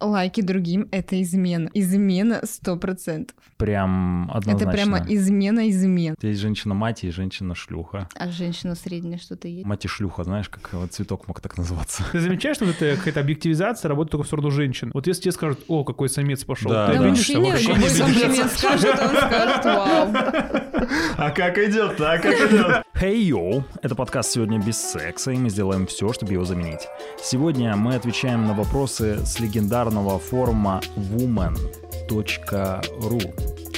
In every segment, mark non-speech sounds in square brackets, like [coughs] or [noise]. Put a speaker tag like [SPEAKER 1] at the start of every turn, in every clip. [SPEAKER 1] лайки другим — это измена. Измена 100%.
[SPEAKER 2] Прям однозначно.
[SPEAKER 1] Это прямо измена измен.
[SPEAKER 2] Здесь женщина-мать и женщина-шлюха.
[SPEAKER 1] А женщина средняя что-то есть?
[SPEAKER 2] Мать и шлюха, знаешь, как вот цветок мог так называться.
[SPEAKER 3] Ты замечаешь, что вот эта какая-то объективизация работает только в сторону женщин? Вот если тебе скажут, о, какой самец пошел,
[SPEAKER 2] Да,
[SPEAKER 1] Да,
[SPEAKER 3] ты а
[SPEAKER 2] да.
[SPEAKER 3] видишь, что
[SPEAKER 1] мужчине
[SPEAKER 3] вообще
[SPEAKER 1] любой
[SPEAKER 3] не
[SPEAKER 1] комплимент
[SPEAKER 3] придется.
[SPEAKER 1] скажет, он скажет «Вау».
[SPEAKER 4] [laughs] А как идет, так как идет.
[SPEAKER 2] Hey yo! Это подкаст «Сегодня без секса», и мы сделаем все, чтобы его заменить. Сегодня мы отвечаем на вопросы с легендарного форума woman.ru.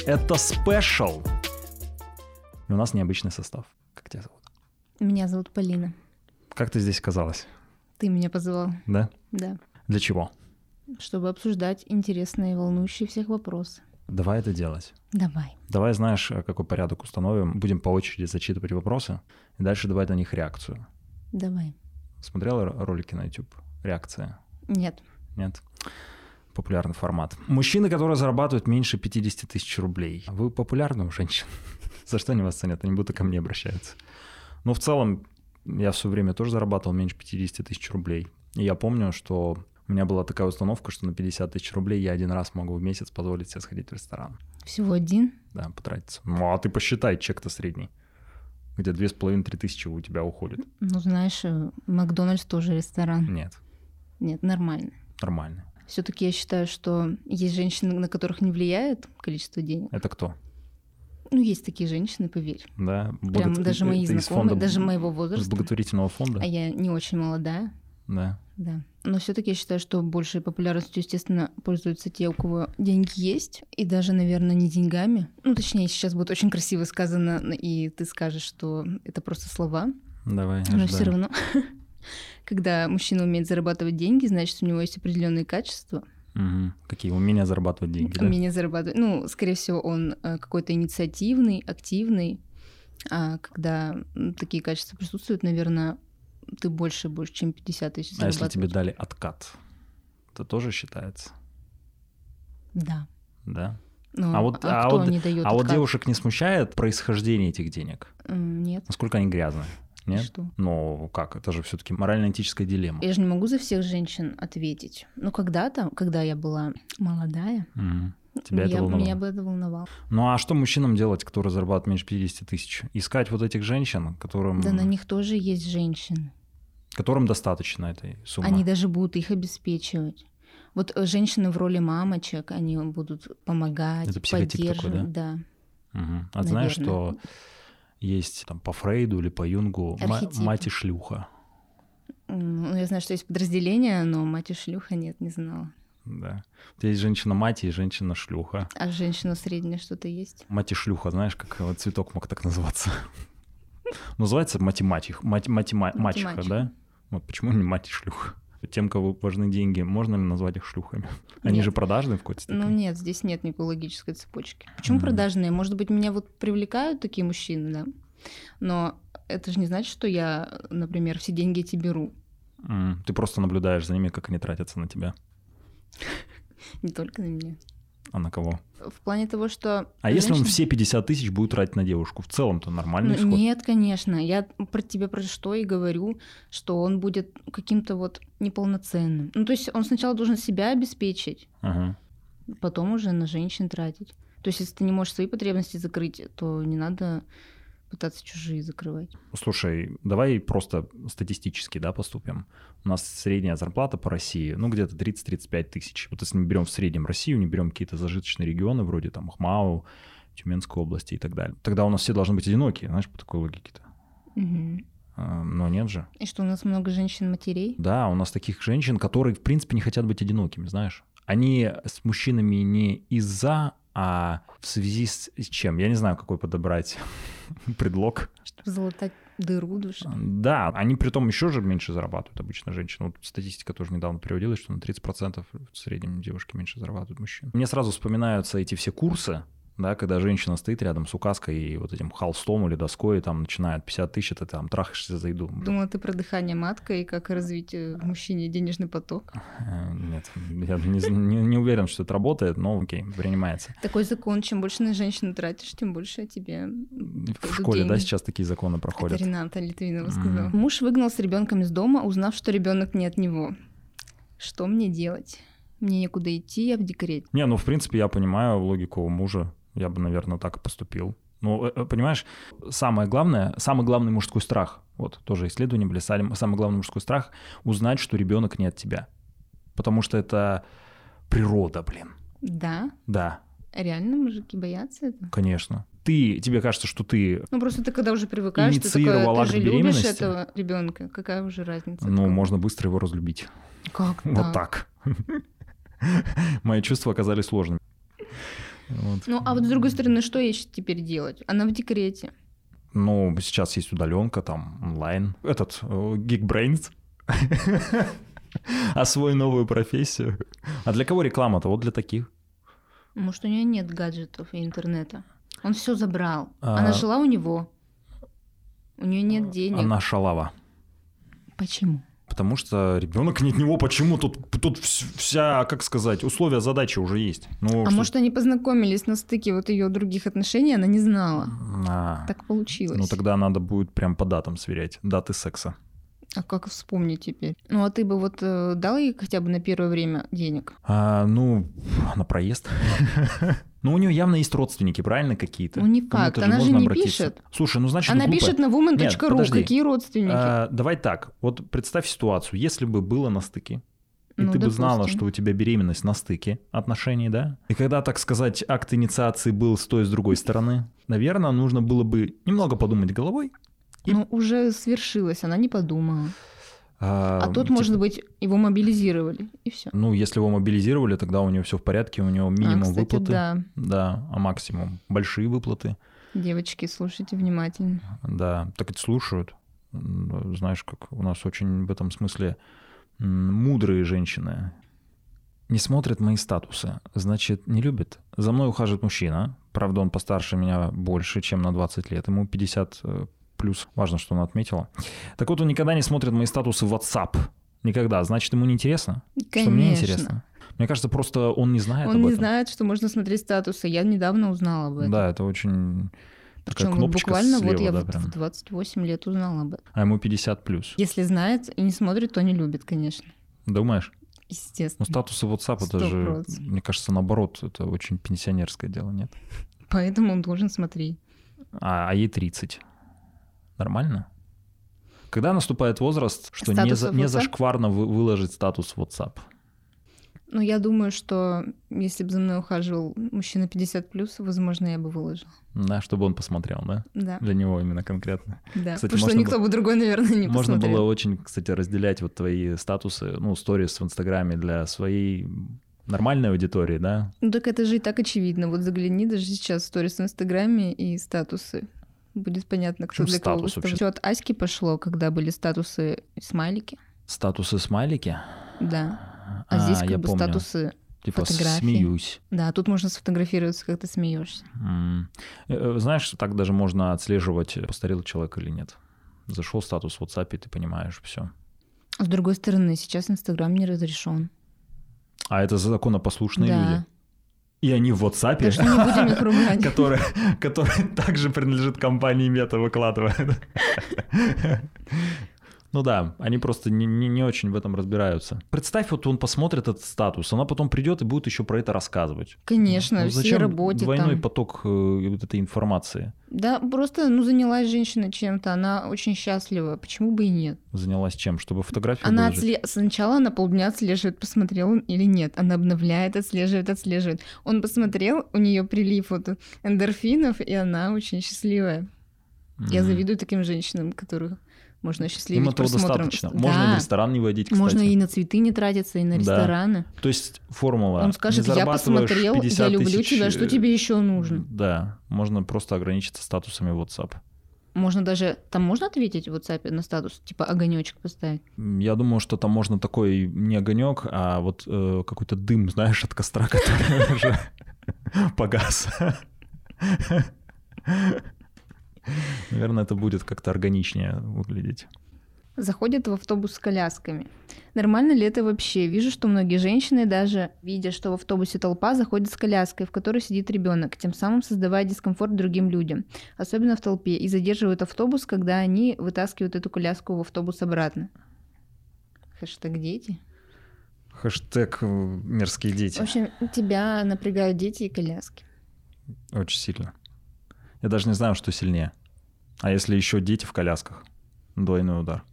[SPEAKER 2] Это спешл! И у нас необычный состав. Как тебя зовут?
[SPEAKER 1] Меня зовут Полина.
[SPEAKER 2] Как ты здесь оказалась?
[SPEAKER 1] Ты меня позвал,
[SPEAKER 2] Да?
[SPEAKER 1] да,
[SPEAKER 2] Для чего?
[SPEAKER 1] чтобы обсуждать интересные и волнующие всех вопросы.
[SPEAKER 2] Давай это делать.
[SPEAKER 1] Давай.
[SPEAKER 2] Давай, знаешь, э, какой порядок установим. Будем по очереди зачитывать вопросы, и дальше давать на них реакцию.
[SPEAKER 1] Давай.
[SPEAKER 2] Смотрела р- ролики на YouTube? Реакция.
[SPEAKER 1] Нет.
[SPEAKER 2] Нет? Популярный формат. Мужчины, которые зарабатывают меньше 50 тысяч рублей. Вы популярны у женщин? [laughs] За что они вас ценят? Они будто ко мне обращаются. Но в целом, я все время тоже зарабатывал меньше 50 тысяч рублей. И я помню, что у меня была такая установка, что на 50 тысяч рублей я один раз могу в месяц позволить себе сходить в ресторан.
[SPEAKER 1] Всего один?
[SPEAKER 2] Да, потратиться. Ну, а ты посчитай, чек-то средний. Где 2,5-3 тысячи у тебя уходит.
[SPEAKER 1] Ну, знаешь, э, Макдональдс тоже ресторан.
[SPEAKER 2] Нет,
[SPEAKER 1] Нет, нормально.
[SPEAKER 2] нормально.
[SPEAKER 1] Все-таки я считаю, что есть женщины, на которых не влияет количество денег.
[SPEAKER 2] Это кто?
[SPEAKER 1] Ну, есть такие женщины, поверь.
[SPEAKER 2] Да,
[SPEAKER 1] Прям
[SPEAKER 2] благот-
[SPEAKER 1] даже мои
[SPEAKER 2] э, это из
[SPEAKER 1] знакомые,
[SPEAKER 2] фонда-
[SPEAKER 1] даже моего
[SPEAKER 2] Из
[SPEAKER 1] возраста.
[SPEAKER 2] благотворительного фонда?
[SPEAKER 1] А я не очень молодая,
[SPEAKER 2] Да.
[SPEAKER 1] да. Но все-таки я считаю, что большей популярностью, естественно, пользуются те, у кого деньги есть, и даже, наверное, не деньгами. Ну, точнее, сейчас будет очень красиво сказано, н- и ты скажешь, что это просто слова,
[SPEAKER 2] Давай,
[SPEAKER 1] но
[SPEAKER 2] ожидаем.
[SPEAKER 1] все равно. [laughs] Когда мужчина умеет зарабатывать деньги, значит, у него есть определенные качества,
[SPEAKER 2] Мгм. Какие умения зарабатывать деньги, да? А
[SPEAKER 1] умение зарабатывать. Ну, скорее всего, он э, какой-то инициативный, активный. А когда м, такие качества присутствуют, наверное, ты больше будешь, чем 50 тысяч
[SPEAKER 2] А если
[SPEAKER 1] зарабатывать.
[SPEAKER 2] тебе дали откат, это тоже считается,
[SPEAKER 1] Да.
[SPEAKER 2] да?
[SPEAKER 1] Ну,
[SPEAKER 2] А вот- а
[SPEAKER 1] кто
[SPEAKER 2] вот-
[SPEAKER 1] не дает
[SPEAKER 2] а вот девушек не смущает происхождение этих денег?
[SPEAKER 1] Нет.
[SPEAKER 2] Насколько они грязные?
[SPEAKER 1] И
[SPEAKER 2] Нет?
[SPEAKER 1] что?
[SPEAKER 2] Ну, как? Это же все-таки морально-этическая дилемма.
[SPEAKER 1] Я же не могу за всех женщин ответить. Но когда-то, когда я была молодая,
[SPEAKER 2] Мгм. Тебя это
[SPEAKER 1] я-
[SPEAKER 2] волновало?
[SPEAKER 1] меня бы это волновало.
[SPEAKER 2] Ну а что мужчинам делать, которые зарабатывают меньше 50 тысяч? Искать вот этих женщин, которым,
[SPEAKER 1] Да на них тоже есть женщины.
[SPEAKER 2] которым достаточно этой суммы.
[SPEAKER 1] Они даже будут их обеспечивать. Вот э, женщины в роли мамочек, они будут помогать,
[SPEAKER 2] Это психотип такой,
[SPEAKER 1] поддерживать, да?
[SPEAKER 2] Мгм. А ты знаешь, что
[SPEAKER 1] Наверное.
[SPEAKER 2] есть там по Фрейду или по Юнгу ма-
[SPEAKER 1] Архетипы.
[SPEAKER 2] мать и шлюха.
[SPEAKER 1] М, Ну, я знаю, что есть подразделение, но мать и шлюха нет, не знала.
[SPEAKER 2] Да. У тебя есть женщина-мать и женщина-шлюха.
[SPEAKER 1] А женщина средняя что-то есть?
[SPEAKER 2] Мать и шлюха, знаешь, как вот цветок мог так называться. [laughs] Называется математих, мать, матема-
[SPEAKER 1] Математиха.
[SPEAKER 2] мачеха, да? Вот почему не мать и шлюха? Тем, кого важны деньги, можно ли назвать их шлюхами? Они
[SPEAKER 1] Нет.
[SPEAKER 2] же продажные в какой-то степени.
[SPEAKER 1] Ну нет, здесь нет никакой логической цепочки. Почему
[SPEAKER 2] Мгм.
[SPEAKER 1] продажные? Может быть, меня вот привлекают такие мужчины, да? Но это же не значит, что я, например, все деньги эти беру.
[SPEAKER 2] М, Ты просто наблюдаешь за ними, как они тратятся на тебя.
[SPEAKER 1] Не только на меня.
[SPEAKER 2] А на кого?
[SPEAKER 1] В плане того, что...
[SPEAKER 2] А если он
[SPEAKER 1] женщина-
[SPEAKER 2] все 50 тысяч будет тратить на девушку? В целом-то
[SPEAKER 1] Ну,
[SPEAKER 2] нормальный исход.
[SPEAKER 1] Нет, конечно. Я про тебе про что и говорю, что он будет каким-то вот неполноценным. Ну, то есть он сначала должен себя обеспечить,
[SPEAKER 2] Ага.
[SPEAKER 1] потом уже на женщин тратить. То есть, если ты не можешь свои потребности закрыть, то не надо пытаться чужие закрывать.
[SPEAKER 2] Слушай, давай просто статистически, да, поступим. У нас средняя зарплата по России, ну, где-то 30-35 тысяч. Вот если мы берем в среднем Россию, не берем какие-то зажиточные регионы, вроде там Хмау, Тюменской области и так далее. Тогда у нас все должны быть одинокие, знаешь, по такой логике-то. А, Но нет же.
[SPEAKER 1] И что у нас много женщин-матерей?
[SPEAKER 2] Да, у нас таких женщин, которые, в принципе, не хотят быть одинокими, знаешь. Они с мужчинами не из-за, а в связи с с чем. Я не знаю, какой подобрать [laughs] предлог.
[SPEAKER 1] Чтобы залатать дыру души.
[SPEAKER 2] Да, они при том еще же меньше зарабатывают обычно женщины. Вот статистика тоже недавно приводилась, что на 30% в среднем девушки меньше зарабатывают мужчин. Мне сразу вспоминаются эти все курсы, да, когда женщина стоит рядом с указкой и вот этим холстом или доской, и там начинает 50 тысяч, это там трахаешься за еду.
[SPEAKER 1] Думала, ты про дыхание маткой и как развить э, в мужчине денежный поток.
[SPEAKER 2] Э, Нет, я не, зн- не- не уверен, что это работает, но окей, принимается.
[SPEAKER 1] Такой закон, чем больше на женщин тратишь, тем больше тебе
[SPEAKER 2] В
[SPEAKER 1] Идут
[SPEAKER 2] школе, да,
[SPEAKER 1] деньги.
[SPEAKER 2] сейчас такие законы проходят.
[SPEAKER 1] Это Рената Литвинова
[SPEAKER 2] Мгм.
[SPEAKER 1] сказала. Муж выгнал с ребенком из дома, узнав, что ребенок не от него. Что мне делать? Мне некуда идти, я в декрете.
[SPEAKER 2] Не, ну, в принципе, я понимаю логику мужа. Я бы, наверное, так и поступил. Ну, э, э, понимаешь, самое главное, самый главный мужской страх, вот тоже исследования были, сам- самый главный мужской страх — узнать, что ребенок не от тебя. Потому что это природа, блин.
[SPEAKER 1] Да,
[SPEAKER 2] Да,
[SPEAKER 1] реально мужики боятся этого.
[SPEAKER 2] конечно. Ты, тебе кажется, что ты,
[SPEAKER 1] Ну просто ты когда уже привыкаешь, ты, такое,
[SPEAKER 2] Инициировала
[SPEAKER 1] ты же
[SPEAKER 2] акт
[SPEAKER 1] любишь
[SPEAKER 2] беременности?
[SPEAKER 1] этого ребенка, какая уже разница?
[SPEAKER 2] ну,
[SPEAKER 1] Как-
[SPEAKER 2] можно быстро его разлюбить.
[SPEAKER 1] Как
[SPEAKER 2] Вот так. [laughs] Мои чувства оказались сложными. Вот.
[SPEAKER 1] Ну а вот с другой стороны, что ей щ- теперь делать? Она в декрете.
[SPEAKER 2] Ну, сейчас есть удаленка, там, онлайн. Этот, э, [laughs] Geekbrains. Освой новую профессию. А для кого реклама-то? Вот для таких.
[SPEAKER 1] Может, у нее нет гаджетов и интернета. Он все забрал.
[SPEAKER 2] А-
[SPEAKER 1] Она жила у него. У нее нет денег.
[SPEAKER 2] Она шалава.
[SPEAKER 1] Почему?
[SPEAKER 2] Потому что ребенок не от него. Почему? Тут, тут вс- вся, как сказать, условия задачи уже есть. Ну,
[SPEAKER 1] А
[SPEAKER 2] что-
[SPEAKER 1] может, они познакомились на стыке вот ее других отношений, она не знала.
[SPEAKER 2] А,
[SPEAKER 1] Так получилось.
[SPEAKER 2] Ну, тогда надо будет прям по датам сверять. Даты секса.
[SPEAKER 1] А как вспомнить теперь? Ну, а ты бы вот э, дал ей хотя бы на первое время денег?
[SPEAKER 2] А, ну, на проезд. Ну, у нее явно есть родственники, правильно, какие-то?
[SPEAKER 1] Ну, не
[SPEAKER 2] Кому-то
[SPEAKER 1] факт, она же
[SPEAKER 2] можно
[SPEAKER 1] не
[SPEAKER 2] обратиться.
[SPEAKER 1] пишет.
[SPEAKER 2] Слушай, ну, значит,
[SPEAKER 1] она
[SPEAKER 2] глупо.
[SPEAKER 1] пишет на woman.ru,
[SPEAKER 2] Нет, подожди.
[SPEAKER 1] какие родственники?
[SPEAKER 2] А, давай так, вот представь ситуацию, если бы было на стыке, и
[SPEAKER 1] Ну,
[SPEAKER 2] ты бы знала,
[SPEAKER 1] допустим.
[SPEAKER 2] что у тебя беременность на стыке отношений, да? И когда, так сказать, акт инициации был с той и с другой стороны, наверное, нужно было бы немного подумать головой. и-
[SPEAKER 1] Ну, уже свершилось, она не подумала. А,
[SPEAKER 2] эм,
[SPEAKER 1] тут,
[SPEAKER 2] типа,
[SPEAKER 1] может быть, его мобилизировали, и все.
[SPEAKER 2] Ну, если его мобилизировали, тогда у нее все в порядке, у него минимум
[SPEAKER 1] а, кстати,
[SPEAKER 2] выплаты.
[SPEAKER 1] да.
[SPEAKER 2] Да, а максимум. Большие выплаты.
[SPEAKER 1] Девочки, слушайте внимательно.
[SPEAKER 2] Да, так это слушают. М, Знаешь, как у нас очень в этом смысле м, мудрые женщины. Не смотрят мои статусы, значит, не любит. За мной ухаживает мужчина, правда, он постарше меня больше, чем на 20 лет, ему 50 э, плюс, важно, что она отметила. Так вот, он никогда не смотрит мои статусы в WhatsApp, никогда, значит, ему неинтересно,
[SPEAKER 1] Конечно.
[SPEAKER 2] что мне интересно. Мне кажется, просто он не знает
[SPEAKER 1] Он
[SPEAKER 2] об
[SPEAKER 1] не
[SPEAKER 2] этом.
[SPEAKER 1] знает, что можно смотреть статусы. Я недавно узнала об этом.
[SPEAKER 2] Да, это очень... такая
[SPEAKER 1] Причем вот
[SPEAKER 2] кнопочка
[SPEAKER 1] буквально вот
[SPEAKER 2] слева,
[SPEAKER 1] я
[SPEAKER 2] да,
[SPEAKER 1] вот
[SPEAKER 2] прям.
[SPEAKER 1] в 28 лет узнала об этом.
[SPEAKER 2] А ему 50 плюс.
[SPEAKER 1] Если знает и не смотрит, то не любит, конечно.
[SPEAKER 2] Думаешь? Ну,
[SPEAKER 1] Естественно.
[SPEAKER 2] статусы WhatsApp это же,
[SPEAKER 1] 100%.
[SPEAKER 2] мне кажется, наоборот, это очень пенсионерское дело, нет?
[SPEAKER 1] Поэтому он должен смотреть.
[SPEAKER 2] А, а ей 30. Нормально? Когда наступает возраст, что не,
[SPEAKER 1] Статусы
[SPEAKER 2] за,
[SPEAKER 1] в
[SPEAKER 2] не
[SPEAKER 1] WhatsApp?
[SPEAKER 2] зашкварно вы- выложить статус в WhatsApp?
[SPEAKER 1] Но я думаю, что если бы за мной ухаживал мужчина 50 плюс, возможно, я бы выложила.
[SPEAKER 2] Да, чтобы он посмотрел, да?
[SPEAKER 1] Да,
[SPEAKER 2] Для него именно конкретно.
[SPEAKER 1] да.
[SPEAKER 2] Кстати,
[SPEAKER 1] Потому что
[SPEAKER 2] можно
[SPEAKER 1] никто бы другой, наверное, не
[SPEAKER 2] Можно
[SPEAKER 1] посмотрел.
[SPEAKER 2] было очень, кстати, разделять вот твои статусы, ну, сторис в Инстаграме для своей нормальной аудитории, да?
[SPEAKER 1] Ну так это же и так очевидно. Вот загляни даже сейчас в сторис в Инстаграме и статусы. Будет понятно, кто
[SPEAKER 2] Почему
[SPEAKER 1] для кого
[SPEAKER 2] статус вообще?
[SPEAKER 1] Все от Аськи пошло, когда были статусы и смайлики.
[SPEAKER 2] Статусы смайлики.
[SPEAKER 1] Да. А, здесь как
[SPEAKER 2] я
[SPEAKER 1] бы
[SPEAKER 2] помню.
[SPEAKER 1] статусы...
[SPEAKER 2] Типа
[SPEAKER 1] фотографии.
[SPEAKER 2] смеюсь.
[SPEAKER 1] Да, тут можно сфотографироваться, как ты смеешься.
[SPEAKER 2] М. Э, э, Знаешь, так даже можно отслеживать, э, постарел человек или нет. Зашел статус в WhatsApp, и ты понимаешь все.
[SPEAKER 1] С другой стороны, сейчас Инстаграм не разрешен.
[SPEAKER 2] А это законопослушные люди.
[SPEAKER 1] Да.
[SPEAKER 2] И они в WhatsApp,
[SPEAKER 1] Так что не будем
[SPEAKER 2] [laughs]
[SPEAKER 1] их ругать.
[SPEAKER 2] который, который также принадлежит компании Мета, выкладывает. Ну да, они просто не, не- не очень в этом разбираются. Представь, вот он посмотрит этот статус, она потом придет и будет еще про это рассказывать.
[SPEAKER 1] Конечно,
[SPEAKER 2] Ну
[SPEAKER 1] все
[SPEAKER 2] зачем
[SPEAKER 1] работе
[SPEAKER 2] двойной
[SPEAKER 1] там.
[SPEAKER 2] поток э, вот этой информации.
[SPEAKER 1] Да, просто, ну, занялась женщина чем-то, она очень счастлива, почему бы и нет.
[SPEAKER 2] Занялась чем? Чтобы фотографию
[SPEAKER 1] Она
[SPEAKER 2] выложить?
[SPEAKER 1] отсле- сначала она полдня отслеживает, посмотрел он или нет. Она обновляет, отслеживает, отслеживает. Он посмотрел, у нее прилив вот эндорфинов, и она очень счастливая. Я
[SPEAKER 2] Мгм.
[SPEAKER 1] завидую таким женщинам, которых можно
[SPEAKER 2] Им
[SPEAKER 1] счастливить
[SPEAKER 2] этого
[SPEAKER 1] просмотром.
[SPEAKER 2] достаточно.
[SPEAKER 1] Да.
[SPEAKER 2] Можно и в ресторан не водить, кстати.
[SPEAKER 1] Можно и на цветы не тратиться, и на
[SPEAKER 2] Да.
[SPEAKER 1] рестораны.
[SPEAKER 2] То есть формула.
[SPEAKER 1] Он скажет,
[SPEAKER 2] «Не
[SPEAKER 1] я
[SPEAKER 2] зарабатываешь
[SPEAKER 1] посмотрел,
[SPEAKER 2] 50
[SPEAKER 1] я люблю
[SPEAKER 2] тысяч,
[SPEAKER 1] тебя, что
[SPEAKER 2] э,
[SPEAKER 1] тебе еще нужно?
[SPEAKER 2] Да, можно просто ограничиться статусами в WhatsApp.
[SPEAKER 1] Можно даже, там можно ответить в WhatsApp на статус, типа огонечек поставить?
[SPEAKER 2] М, Я думаю, что там можно такой не огонек, а вот э, какой-то дым, знаешь, от костра, [laughs] который уже погас. Наверное, это будет как-то органичнее выглядеть.
[SPEAKER 1] Заходят в автобус с колясками. Нормально ли это вообще? Вижу, что многие женщины, даже видя, что в автобусе толпа, заходят с коляской, в которой сидит ребенок, тем самым создавая дискомфорт другим людям, особенно в толпе, и задерживают автобус, когда они вытаскивают эту коляску в автобус обратно. Хэштег дети.
[SPEAKER 2] Хэштег э, мерзкие
[SPEAKER 1] В
[SPEAKER 2] дети.
[SPEAKER 1] общем, тебя напрягают дети и коляски.
[SPEAKER 2] Очень сильно. Я даже не знаю, что сильнее. А если еще дети в колясках? Двойной удар.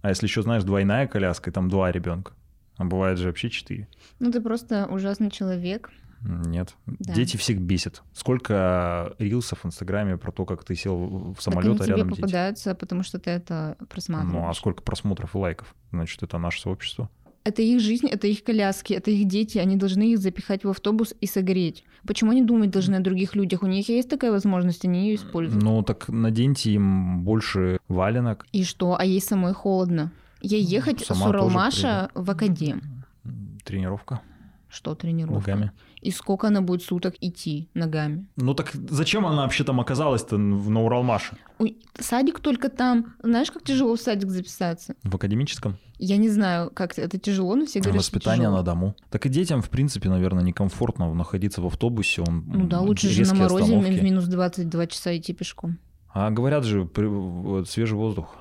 [SPEAKER 2] А если еще, знаешь, двойная коляска, и там два ребенка. А бывает же вообще четыре.
[SPEAKER 1] Ну, ты просто ужасный человек.
[SPEAKER 2] М, Нет.
[SPEAKER 1] Да.
[SPEAKER 2] Дети всех бесят. Сколько рилсов в Инстаграме про то, как ты сел в- в
[SPEAKER 1] Так
[SPEAKER 2] самолет, а
[SPEAKER 1] они тебе
[SPEAKER 2] рядом дети.
[SPEAKER 1] попадаются, потому что ты это
[SPEAKER 2] Ну, а
[SPEAKER 1] просматриваешь.
[SPEAKER 2] сколько просмотров и лайков? Значит, это наше сообщество.
[SPEAKER 1] Это их жизнь, это их коляски, это их дети. Они должны их запихать в автобус и согреть. Почему они думать должны о других людях? У них есть такая возможность, они ее используют.
[SPEAKER 2] Ну, так наденьте им больше валенок.
[SPEAKER 1] И что? А ей самой холодно. Ей ехать
[SPEAKER 2] ну, Сама
[SPEAKER 1] с
[SPEAKER 2] тоже
[SPEAKER 1] Уралмаша в Академ.
[SPEAKER 2] М, Тренировка
[SPEAKER 1] Что тренировка?
[SPEAKER 2] ногами.
[SPEAKER 1] И сколько она будет суток идти ногами?
[SPEAKER 2] Ну так зачем она вообще там оказалась-то в- на Уралмаше?
[SPEAKER 1] Ой, садик только там. Знаешь, как тяжело в садик записаться?
[SPEAKER 2] В академическом?
[SPEAKER 1] Я не знаю, как это тяжело, но все говорят, что
[SPEAKER 2] Воспитание
[SPEAKER 1] тяжело.
[SPEAKER 2] на дому. Так и детям, в принципе, наверное, некомфортно находиться в автобусе. Он,
[SPEAKER 1] Ну да,
[SPEAKER 2] м,
[SPEAKER 1] лучше же на
[SPEAKER 2] резкие
[SPEAKER 1] морозе м-
[SPEAKER 2] остановки.
[SPEAKER 1] в минус 22 часа идти пешком.
[SPEAKER 2] А говорят же, при- вот свежий воздух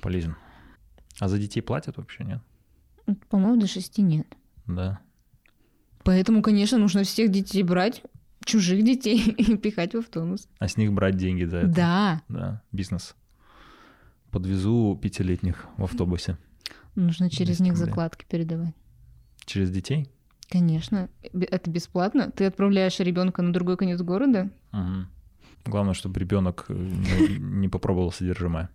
[SPEAKER 2] полезен. А за детей платят вообще, нет?
[SPEAKER 1] Ну, По-моему, до 6 нет.
[SPEAKER 2] Да.
[SPEAKER 1] Поэтому, конечно, нужно всех детей брать, чужих детей, [laughs] и пихать в автобус.
[SPEAKER 2] А с них брать деньги за это.
[SPEAKER 1] Да,
[SPEAKER 2] Да, бизнес. Подвезу пятилетних в автобусе.
[SPEAKER 1] нужно через них
[SPEAKER 2] Да.
[SPEAKER 1] закладки передавать.
[SPEAKER 2] Через детей?
[SPEAKER 1] Конечно, б- это бесплатно. Ты отправляешь ребенка на другой конец города.
[SPEAKER 2] Мгм. Главное, чтобы ребенок э, не не попробовал содержимое.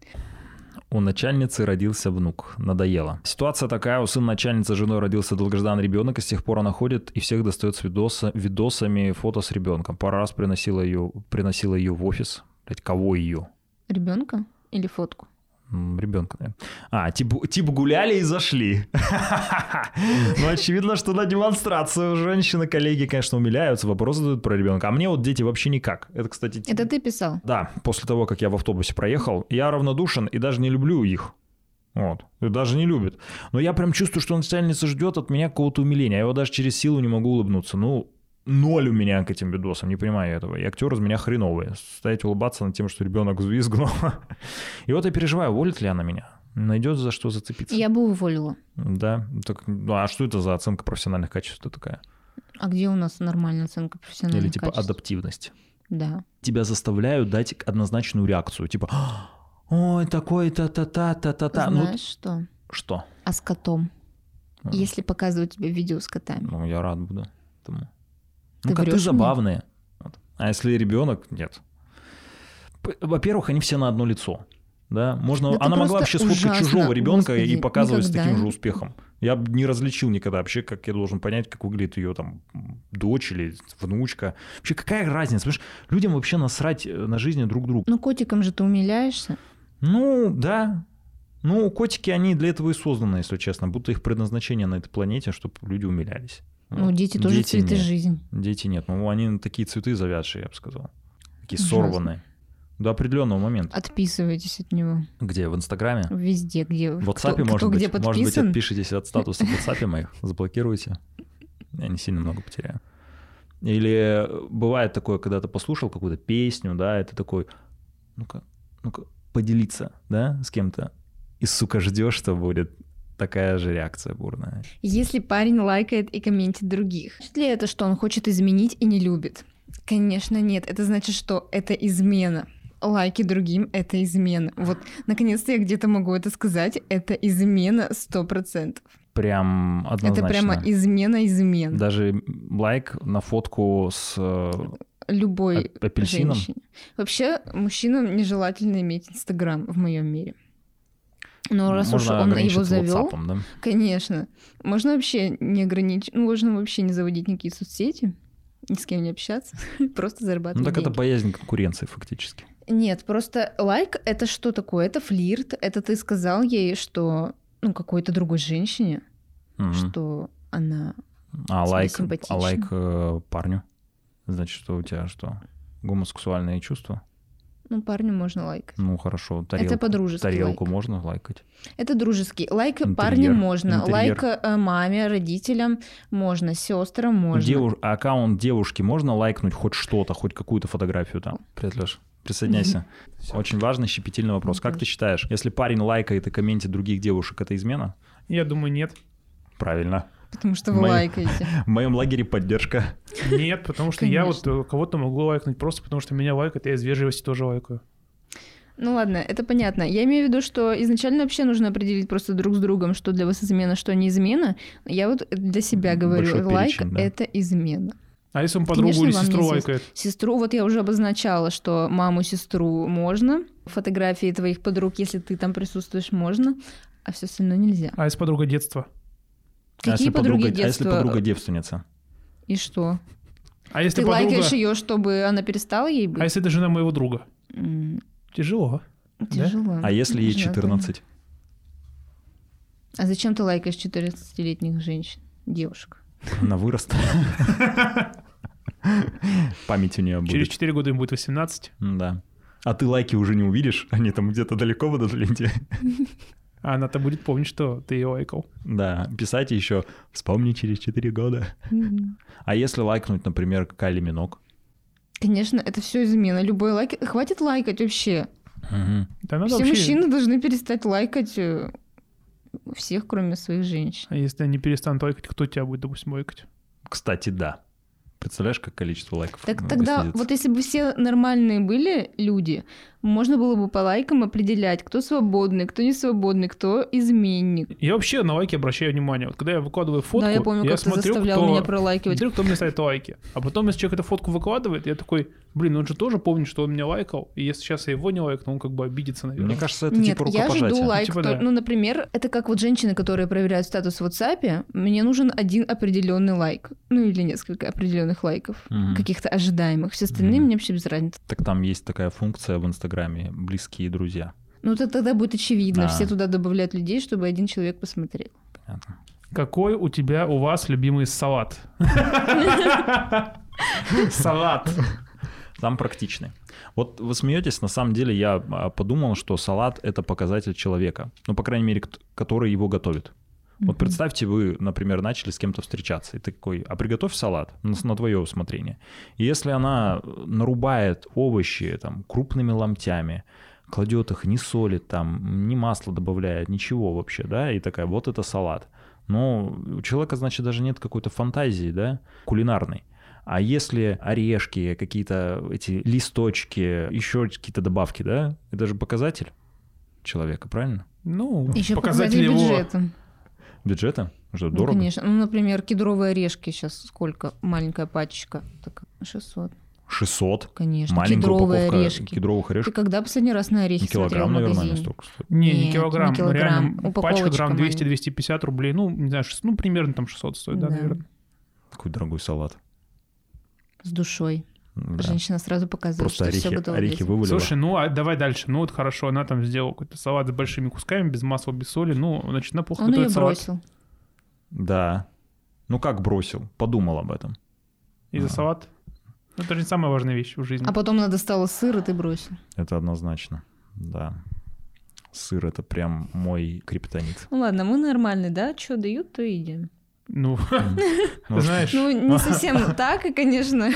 [SPEAKER 2] У начальницы родился внук. Надоело. Ситуация такая. У сына начальницы с женой родился долгожданный ребенок, и с тех пор она ходит и всех достает с видоса, видосами фото с ребенком. Пару раз приносила ее, приносила ее в офис. Блять, кого ее?
[SPEAKER 1] Ребенка или фотку?
[SPEAKER 2] М, Ребенка, наверное. А, типа, типа гуляли и зашли. [laughs] Ну, очевидно, что на демонстрацию женщины, коллеги, конечно, умиляются, вопросы задают про ребенка. А мне вот дети вообще никак. Это, кстати,
[SPEAKER 1] Это ты писал?
[SPEAKER 2] да, после того, как я в автобусе проехал, я равнодушен и даже не люблю их. Вот. И Даже не любит. Но я прям чувствую, что он начальница ждет от меня какого-то умиления. Я его даже через силу не могу улыбнуться. Ну, ноль у меня к этим видосам, не понимаю я этого. И актер из меня хреновый. Стоять улыбаться над тем, что ребенок взвизгнул. [laughs] И вот я переживаю, уволит ли она меня. Найдет за что зацепиться.
[SPEAKER 1] Я бы уволила.
[SPEAKER 2] Да. Так, ну, а что это за оценка профессиональных качеств такая?
[SPEAKER 1] А где у нас нормальная оценка профессиональных
[SPEAKER 2] Или типа
[SPEAKER 1] качеств?
[SPEAKER 2] адаптивность?
[SPEAKER 1] Да.
[SPEAKER 2] тебя заставляют дать однозначную реакцию, типа «А, ой такой та та та та та та ну А.
[SPEAKER 1] Знаешь что?
[SPEAKER 2] что
[SPEAKER 1] А с котом?
[SPEAKER 2] М.
[SPEAKER 1] Если показывают тебе видео с котами.
[SPEAKER 2] ну я рад буду этому
[SPEAKER 1] Ты
[SPEAKER 2] ну коты
[SPEAKER 1] врёшь мне?
[SPEAKER 2] забавные Вот. а если ребенок нет П- во-первых они все на одно лицо да можно
[SPEAKER 1] Да ты
[SPEAKER 2] она могла вообще
[SPEAKER 1] просто
[SPEAKER 2] сфоткать
[SPEAKER 1] ужасно,
[SPEAKER 2] чужого ребенка и
[SPEAKER 1] господи,
[SPEAKER 2] показывать с таким
[SPEAKER 1] никогда
[SPEAKER 2] же
[SPEAKER 1] не-
[SPEAKER 2] успехом я б не различил никогда вообще, как я должен понять, как выглядит ее там дочь или внучка. Вообще, какая разница? Понимаешь, людям вообще насрать э, на жизни друг друга.
[SPEAKER 1] Ну, котиком же ты умиляешься.
[SPEAKER 2] Ну, да. Ну, котики, они для этого и созданы, если честно. Будто их предназначение на этой планете, чтобы люди умилялись.
[SPEAKER 1] Ну,
[SPEAKER 2] Вот.
[SPEAKER 1] дети тоже цветы
[SPEAKER 2] нет.
[SPEAKER 1] жизни.
[SPEAKER 2] Дети нет. Ну, они такие цветы завядшие, я бы сказал. Такие
[SPEAKER 1] Ужасно.
[SPEAKER 2] сорванные. До определенного момента.
[SPEAKER 1] Отписывайтесь от него.
[SPEAKER 2] Где? В Инстаграме?
[SPEAKER 1] Везде, где...
[SPEAKER 2] В
[SPEAKER 1] кто-
[SPEAKER 2] WhatsApp,
[SPEAKER 1] кто,
[SPEAKER 2] может быть?
[SPEAKER 1] где подписан.
[SPEAKER 2] Может быть, отпишитесь от статуса в WhatsApp моих, заблокируйте. Я не сильно много потеряю. Или бывает такое, когда ты послушал какую-то песню, да, это такой, ну-ка, ну-ка, поделиться, да, с кем-то. И, сука, ждешь, что будет такая же реакция бурная.
[SPEAKER 1] Если парень лайкает и комментит других. Значит ли это, что он хочет изменить и не любит? Конечно, нет. Это значит, что это измена. Лайки другим — это измена. Вот, наконец-то я где-то могу это сказать. Это измена 100%.
[SPEAKER 2] Прям однозначно.
[SPEAKER 1] Это прямо измена измен.
[SPEAKER 2] Даже лайк на фотку с э,
[SPEAKER 1] Любой
[SPEAKER 2] ап- А апельсином.
[SPEAKER 1] женщине. Вообще, мужчинам нежелательно иметь Инстаграм в моем мире. Но Ну, раз
[SPEAKER 2] можно
[SPEAKER 1] уж он его
[SPEAKER 2] ограничиться
[SPEAKER 1] завел,
[SPEAKER 2] WhatsApp'ом, да? Ну,
[SPEAKER 1] Конечно. Можно вообще не ограничить, ну, можно вообще не заводить никакие соцсети, ни с кем не общаться, [laughs] просто
[SPEAKER 2] Ну
[SPEAKER 1] зарабатывать
[SPEAKER 2] так это
[SPEAKER 1] деньги.
[SPEAKER 2] боязнь конкуренции фактически.
[SPEAKER 1] Нет, просто лайк — это что такое? Это флирт, это ты сказал ей, что, ну, какой-то другой женщине,
[SPEAKER 2] Мгм.
[SPEAKER 1] что она...
[SPEAKER 2] А
[SPEAKER 1] Тебе
[SPEAKER 2] лайк,
[SPEAKER 1] симпатично.
[SPEAKER 2] а лайк э, парню? Значит, что у тебя что? Гомосексуальные чувства?
[SPEAKER 1] Ну, парню можно лайкать.
[SPEAKER 2] Ну хорошо, тарелку.
[SPEAKER 1] по-дружески
[SPEAKER 2] Тарелку
[SPEAKER 1] лайк.
[SPEAKER 2] можно лайкать.
[SPEAKER 1] Это дружеский. Лайк
[SPEAKER 2] Интерьер.
[SPEAKER 1] парню можно,
[SPEAKER 2] Интерьер.
[SPEAKER 1] лайк э, маме, родителям можно, сестрам можно.
[SPEAKER 2] Деву- Аккаунт девушки можно лайкнуть хоть что-то, хоть какую-то фотографию там. Привет, Леш. Присоединяйся. Очень важный щепетильный вопрос.
[SPEAKER 1] Ну
[SPEAKER 2] Как ты считаешь, если парень лайкает и комментит других девушек, это измена?
[SPEAKER 3] Я думаю, нет.
[SPEAKER 2] Правильно.
[SPEAKER 1] Потому что вы
[SPEAKER 2] Мои-
[SPEAKER 1] лайкаете.
[SPEAKER 2] В моем лагере поддержка. А
[SPEAKER 3] Нет, потому что я вот э, кого-то могу лайкнуть просто потому, что меня лайкают, я из вежливости тоже лайкаю.
[SPEAKER 1] Ну ладно, это понятно. Я имею в виду, что изначально вообще нужно определить просто друг с другом, что для вас измена, что не измена. Я вот для себя говорю,
[SPEAKER 2] Большой
[SPEAKER 1] лайк
[SPEAKER 2] перечень,
[SPEAKER 1] —
[SPEAKER 2] да.
[SPEAKER 1] это измена.
[SPEAKER 3] А если он подругу
[SPEAKER 1] Конечно,
[SPEAKER 3] или
[SPEAKER 1] вам
[SPEAKER 3] сестру
[SPEAKER 1] не
[SPEAKER 3] лайкает?
[SPEAKER 1] Сестру, вот я уже обозначала, что маму, сестру можно, фотографии твоих подруг, если ты там присутствуешь, можно, а все остальное нельзя.
[SPEAKER 3] А если подруга детства?
[SPEAKER 2] а
[SPEAKER 1] Какие
[SPEAKER 2] если
[SPEAKER 1] подруги
[SPEAKER 2] подруга, а если
[SPEAKER 1] детства?
[SPEAKER 2] подруга девственница?
[SPEAKER 1] И что?
[SPEAKER 3] А если
[SPEAKER 1] Ты
[SPEAKER 3] подруга...
[SPEAKER 1] лайкаешь ее, чтобы она перестала ей
[SPEAKER 3] А
[SPEAKER 1] быть?
[SPEAKER 3] если это жена моего друга?
[SPEAKER 1] М,
[SPEAKER 3] Тяжело.
[SPEAKER 1] Тяжело.
[SPEAKER 2] А если ей
[SPEAKER 1] Тяжело, да.
[SPEAKER 2] 14?
[SPEAKER 1] А зачем ты лайкаешь 14-летних женщин,
[SPEAKER 2] [laughs]
[SPEAKER 1] девушек? [laughs]
[SPEAKER 2] Она вырастет. Память у нее
[SPEAKER 3] Через
[SPEAKER 2] будет.
[SPEAKER 3] 4 года им будет 18.
[SPEAKER 2] Да. А ты лайки уже не увидишь, они там где-то далеко будут лететь.
[SPEAKER 3] А она-то будет помнить, что ты ее лайкал.
[SPEAKER 2] Да, писать еще «Вспомни через 4 года».
[SPEAKER 1] Мгм.
[SPEAKER 2] А если лайкнуть, например, Кайли Минок?
[SPEAKER 1] Конечно, это все измена. Любой лайк... Хватит лайкать вообще.
[SPEAKER 3] Да надо
[SPEAKER 1] Все
[SPEAKER 3] вообще...
[SPEAKER 1] мужчины должны перестать лайкать э, всех, кроме своих женщин.
[SPEAKER 3] А если они перестанут лайкать, кто тебя будет, допустим, лайкать?
[SPEAKER 2] Кстати, да. Представляешь, как количество лайков
[SPEAKER 1] Так
[SPEAKER 3] Ну,
[SPEAKER 2] э,
[SPEAKER 1] тогда,
[SPEAKER 2] снизится?
[SPEAKER 1] вот если бы все нормальные были люди, можно было бы по лайкам определять, кто свободный, кто не свободный, кто изменник.
[SPEAKER 3] Я вообще на лайки обращаю внимание. Вот когда я выкладываю фотку,
[SPEAKER 1] да, я помню, как ты
[SPEAKER 3] смотрю,
[SPEAKER 1] заставлял
[SPEAKER 3] кто...
[SPEAKER 1] меня пролайкивать.
[SPEAKER 3] Смотрю, кто мне ставит лайки. А потом, если человек эту фотку выкладывает, я такой, блин, он же тоже помнит, что он меня лайкал. И если сейчас я его не лайкну, он как бы обидится, наверное.
[SPEAKER 2] Мне кажется, это
[SPEAKER 1] Нет,
[SPEAKER 2] типа
[SPEAKER 1] я
[SPEAKER 2] рукопожатие.
[SPEAKER 1] жду лайк.
[SPEAKER 3] Типа
[SPEAKER 1] то-
[SPEAKER 3] да.
[SPEAKER 1] Ну, например, это как вот женщины, которые проверяют статус в WhatsApp. Мне нужен один определенный лайк. Ну, или несколько определенных лайков.
[SPEAKER 2] Мгм.
[SPEAKER 1] Каких-то ожидаемых. Все остальные
[SPEAKER 2] Мгм.
[SPEAKER 1] мне вообще без разницы.
[SPEAKER 2] Так там есть такая функция в Инстаграме «Близкие друзья».
[SPEAKER 1] Ну, это тогда будет очевидно.
[SPEAKER 2] А.
[SPEAKER 1] Все туда добавляют людей, чтобы один человек посмотрел.
[SPEAKER 2] Понятно.
[SPEAKER 3] Какой у тебя, у вас любимый салат? Салат.
[SPEAKER 2] Там практичный. Вот вы смеетесь, на самом деле я а, подумал, что салат — это показатель человека. Ну, по крайней мере, кт- который его готовит. Вот
[SPEAKER 1] Мгм.
[SPEAKER 2] представьте, вы, например, начали с кем-то встречаться, и ты такой, а приготовь салат на, на твое усмотрение. И если она э, нарубает овощи там крупными ломтями, кладет их, не солит там, не масло добавляет, ничего вообще, да, и такая, вот это салат. Но у человека, значит, даже нет какой-то фантазии, да, кулинарной. А если орешки, какие-то эти листочки, еще какие-то добавки, да, это же показатель человека, правильно?
[SPEAKER 3] Ну,
[SPEAKER 1] Еще
[SPEAKER 3] показатель
[SPEAKER 1] показатели
[SPEAKER 3] его...
[SPEAKER 1] бюджета.
[SPEAKER 2] Бюджета? Что,
[SPEAKER 1] Ну,
[SPEAKER 2] дорого?
[SPEAKER 1] конечно. Ну, например, кедровые орешки сейчас сколько? Маленькая пачечка. Так, 600,
[SPEAKER 2] 600.
[SPEAKER 1] конечно.
[SPEAKER 2] Маленькая
[SPEAKER 1] кедровые
[SPEAKER 2] упаковка
[SPEAKER 1] орешки.
[SPEAKER 2] кедровых
[SPEAKER 1] Ты
[SPEAKER 2] орешков.
[SPEAKER 1] когда последний раз на орехи смотрел в
[SPEAKER 2] Килограмм, наверное, они
[SPEAKER 1] магазине?
[SPEAKER 2] столько стоят.
[SPEAKER 3] Не, не
[SPEAKER 1] Нет,
[SPEAKER 3] килограмм,
[SPEAKER 1] не килограмм,
[SPEAKER 3] реально пачка
[SPEAKER 1] упаковочка
[SPEAKER 3] грамм
[SPEAKER 1] маленькая.
[SPEAKER 3] 200-250 рублей, ну, не знаю, шест- ну, примерно там 600 стоит, да,
[SPEAKER 1] Да.
[SPEAKER 3] наверное.
[SPEAKER 2] Какой дорогой салат.
[SPEAKER 1] С душой.
[SPEAKER 2] Да.
[SPEAKER 1] Женщина сразу показывает,
[SPEAKER 2] Просто
[SPEAKER 1] что все
[SPEAKER 2] орехи,
[SPEAKER 1] готово.
[SPEAKER 2] орехи
[SPEAKER 1] детям.
[SPEAKER 2] вывалила.
[SPEAKER 3] Слушай, ну, а давай дальше. Ну, вот хорошо, она там сделала какой-то салат с большими кусками, без масла, без соли, ну, значит, она плохо
[SPEAKER 1] Он ее
[SPEAKER 3] готовит салат.
[SPEAKER 1] бросил.
[SPEAKER 2] Да. Ну как бросил? Подумал об этом.
[SPEAKER 3] И за
[SPEAKER 2] Да.
[SPEAKER 3] салат. Ну, это же не самая важная вещь в жизни.
[SPEAKER 1] А потом она достала сыр, и ты бросил.
[SPEAKER 2] Это однозначно. Да. Сыр — это прям мой криптонит.
[SPEAKER 1] Ну ладно, мы нормальные, да? Что дают, то едим.
[SPEAKER 3] Ну,
[SPEAKER 2] Ну,
[SPEAKER 3] ты знаешь,
[SPEAKER 1] Ну, не совсем так, и, конечно,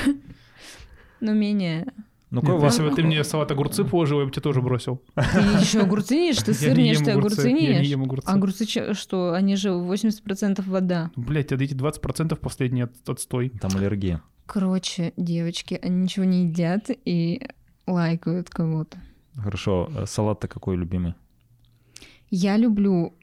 [SPEAKER 1] но менее.
[SPEAKER 2] Ну
[SPEAKER 3] нет,
[SPEAKER 2] какой у вас...
[SPEAKER 3] если бы ты мне в салат огурцы положил, я бы тебе тоже бросил.
[SPEAKER 1] Ты еще огурцы не ешь, ты
[SPEAKER 3] Я
[SPEAKER 1] сыр
[SPEAKER 3] не
[SPEAKER 1] не ешь,
[SPEAKER 3] ем
[SPEAKER 1] ты огурцы не
[SPEAKER 3] Я не
[SPEAKER 1] ешь. А
[SPEAKER 3] ем огурцы.
[SPEAKER 1] Огурцы че- что? Они же 80% вода.
[SPEAKER 3] Блять, а эти 20% последние от- отстой.
[SPEAKER 2] Там аллергия.
[SPEAKER 1] Короче, девочки, они ничего не едят и лайкают кого-то.
[SPEAKER 2] Хорошо, э, салат-то какой любимый?
[SPEAKER 1] Я люблю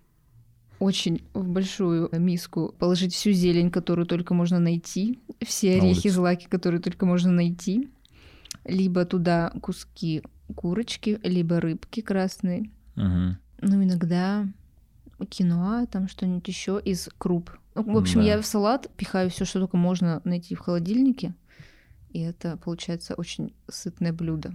[SPEAKER 1] очень в большую миску положить всю зелень, которую только можно найти, все
[SPEAKER 2] На
[SPEAKER 1] орехи,
[SPEAKER 2] улице.
[SPEAKER 1] злаки, которые только можно найти, либо туда куски курочки, либо рыбки красные,
[SPEAKER 2] Мгм.
[SPEAKER 1] ну иногда киноа, там что-нибудь еще из круп. Ну, В общем,
[SPEAKER 2] Да.
[SPEAKER 1] я в салат пихаю все, что только можно найти в холодильнике, и это получается очень сытное блюдо.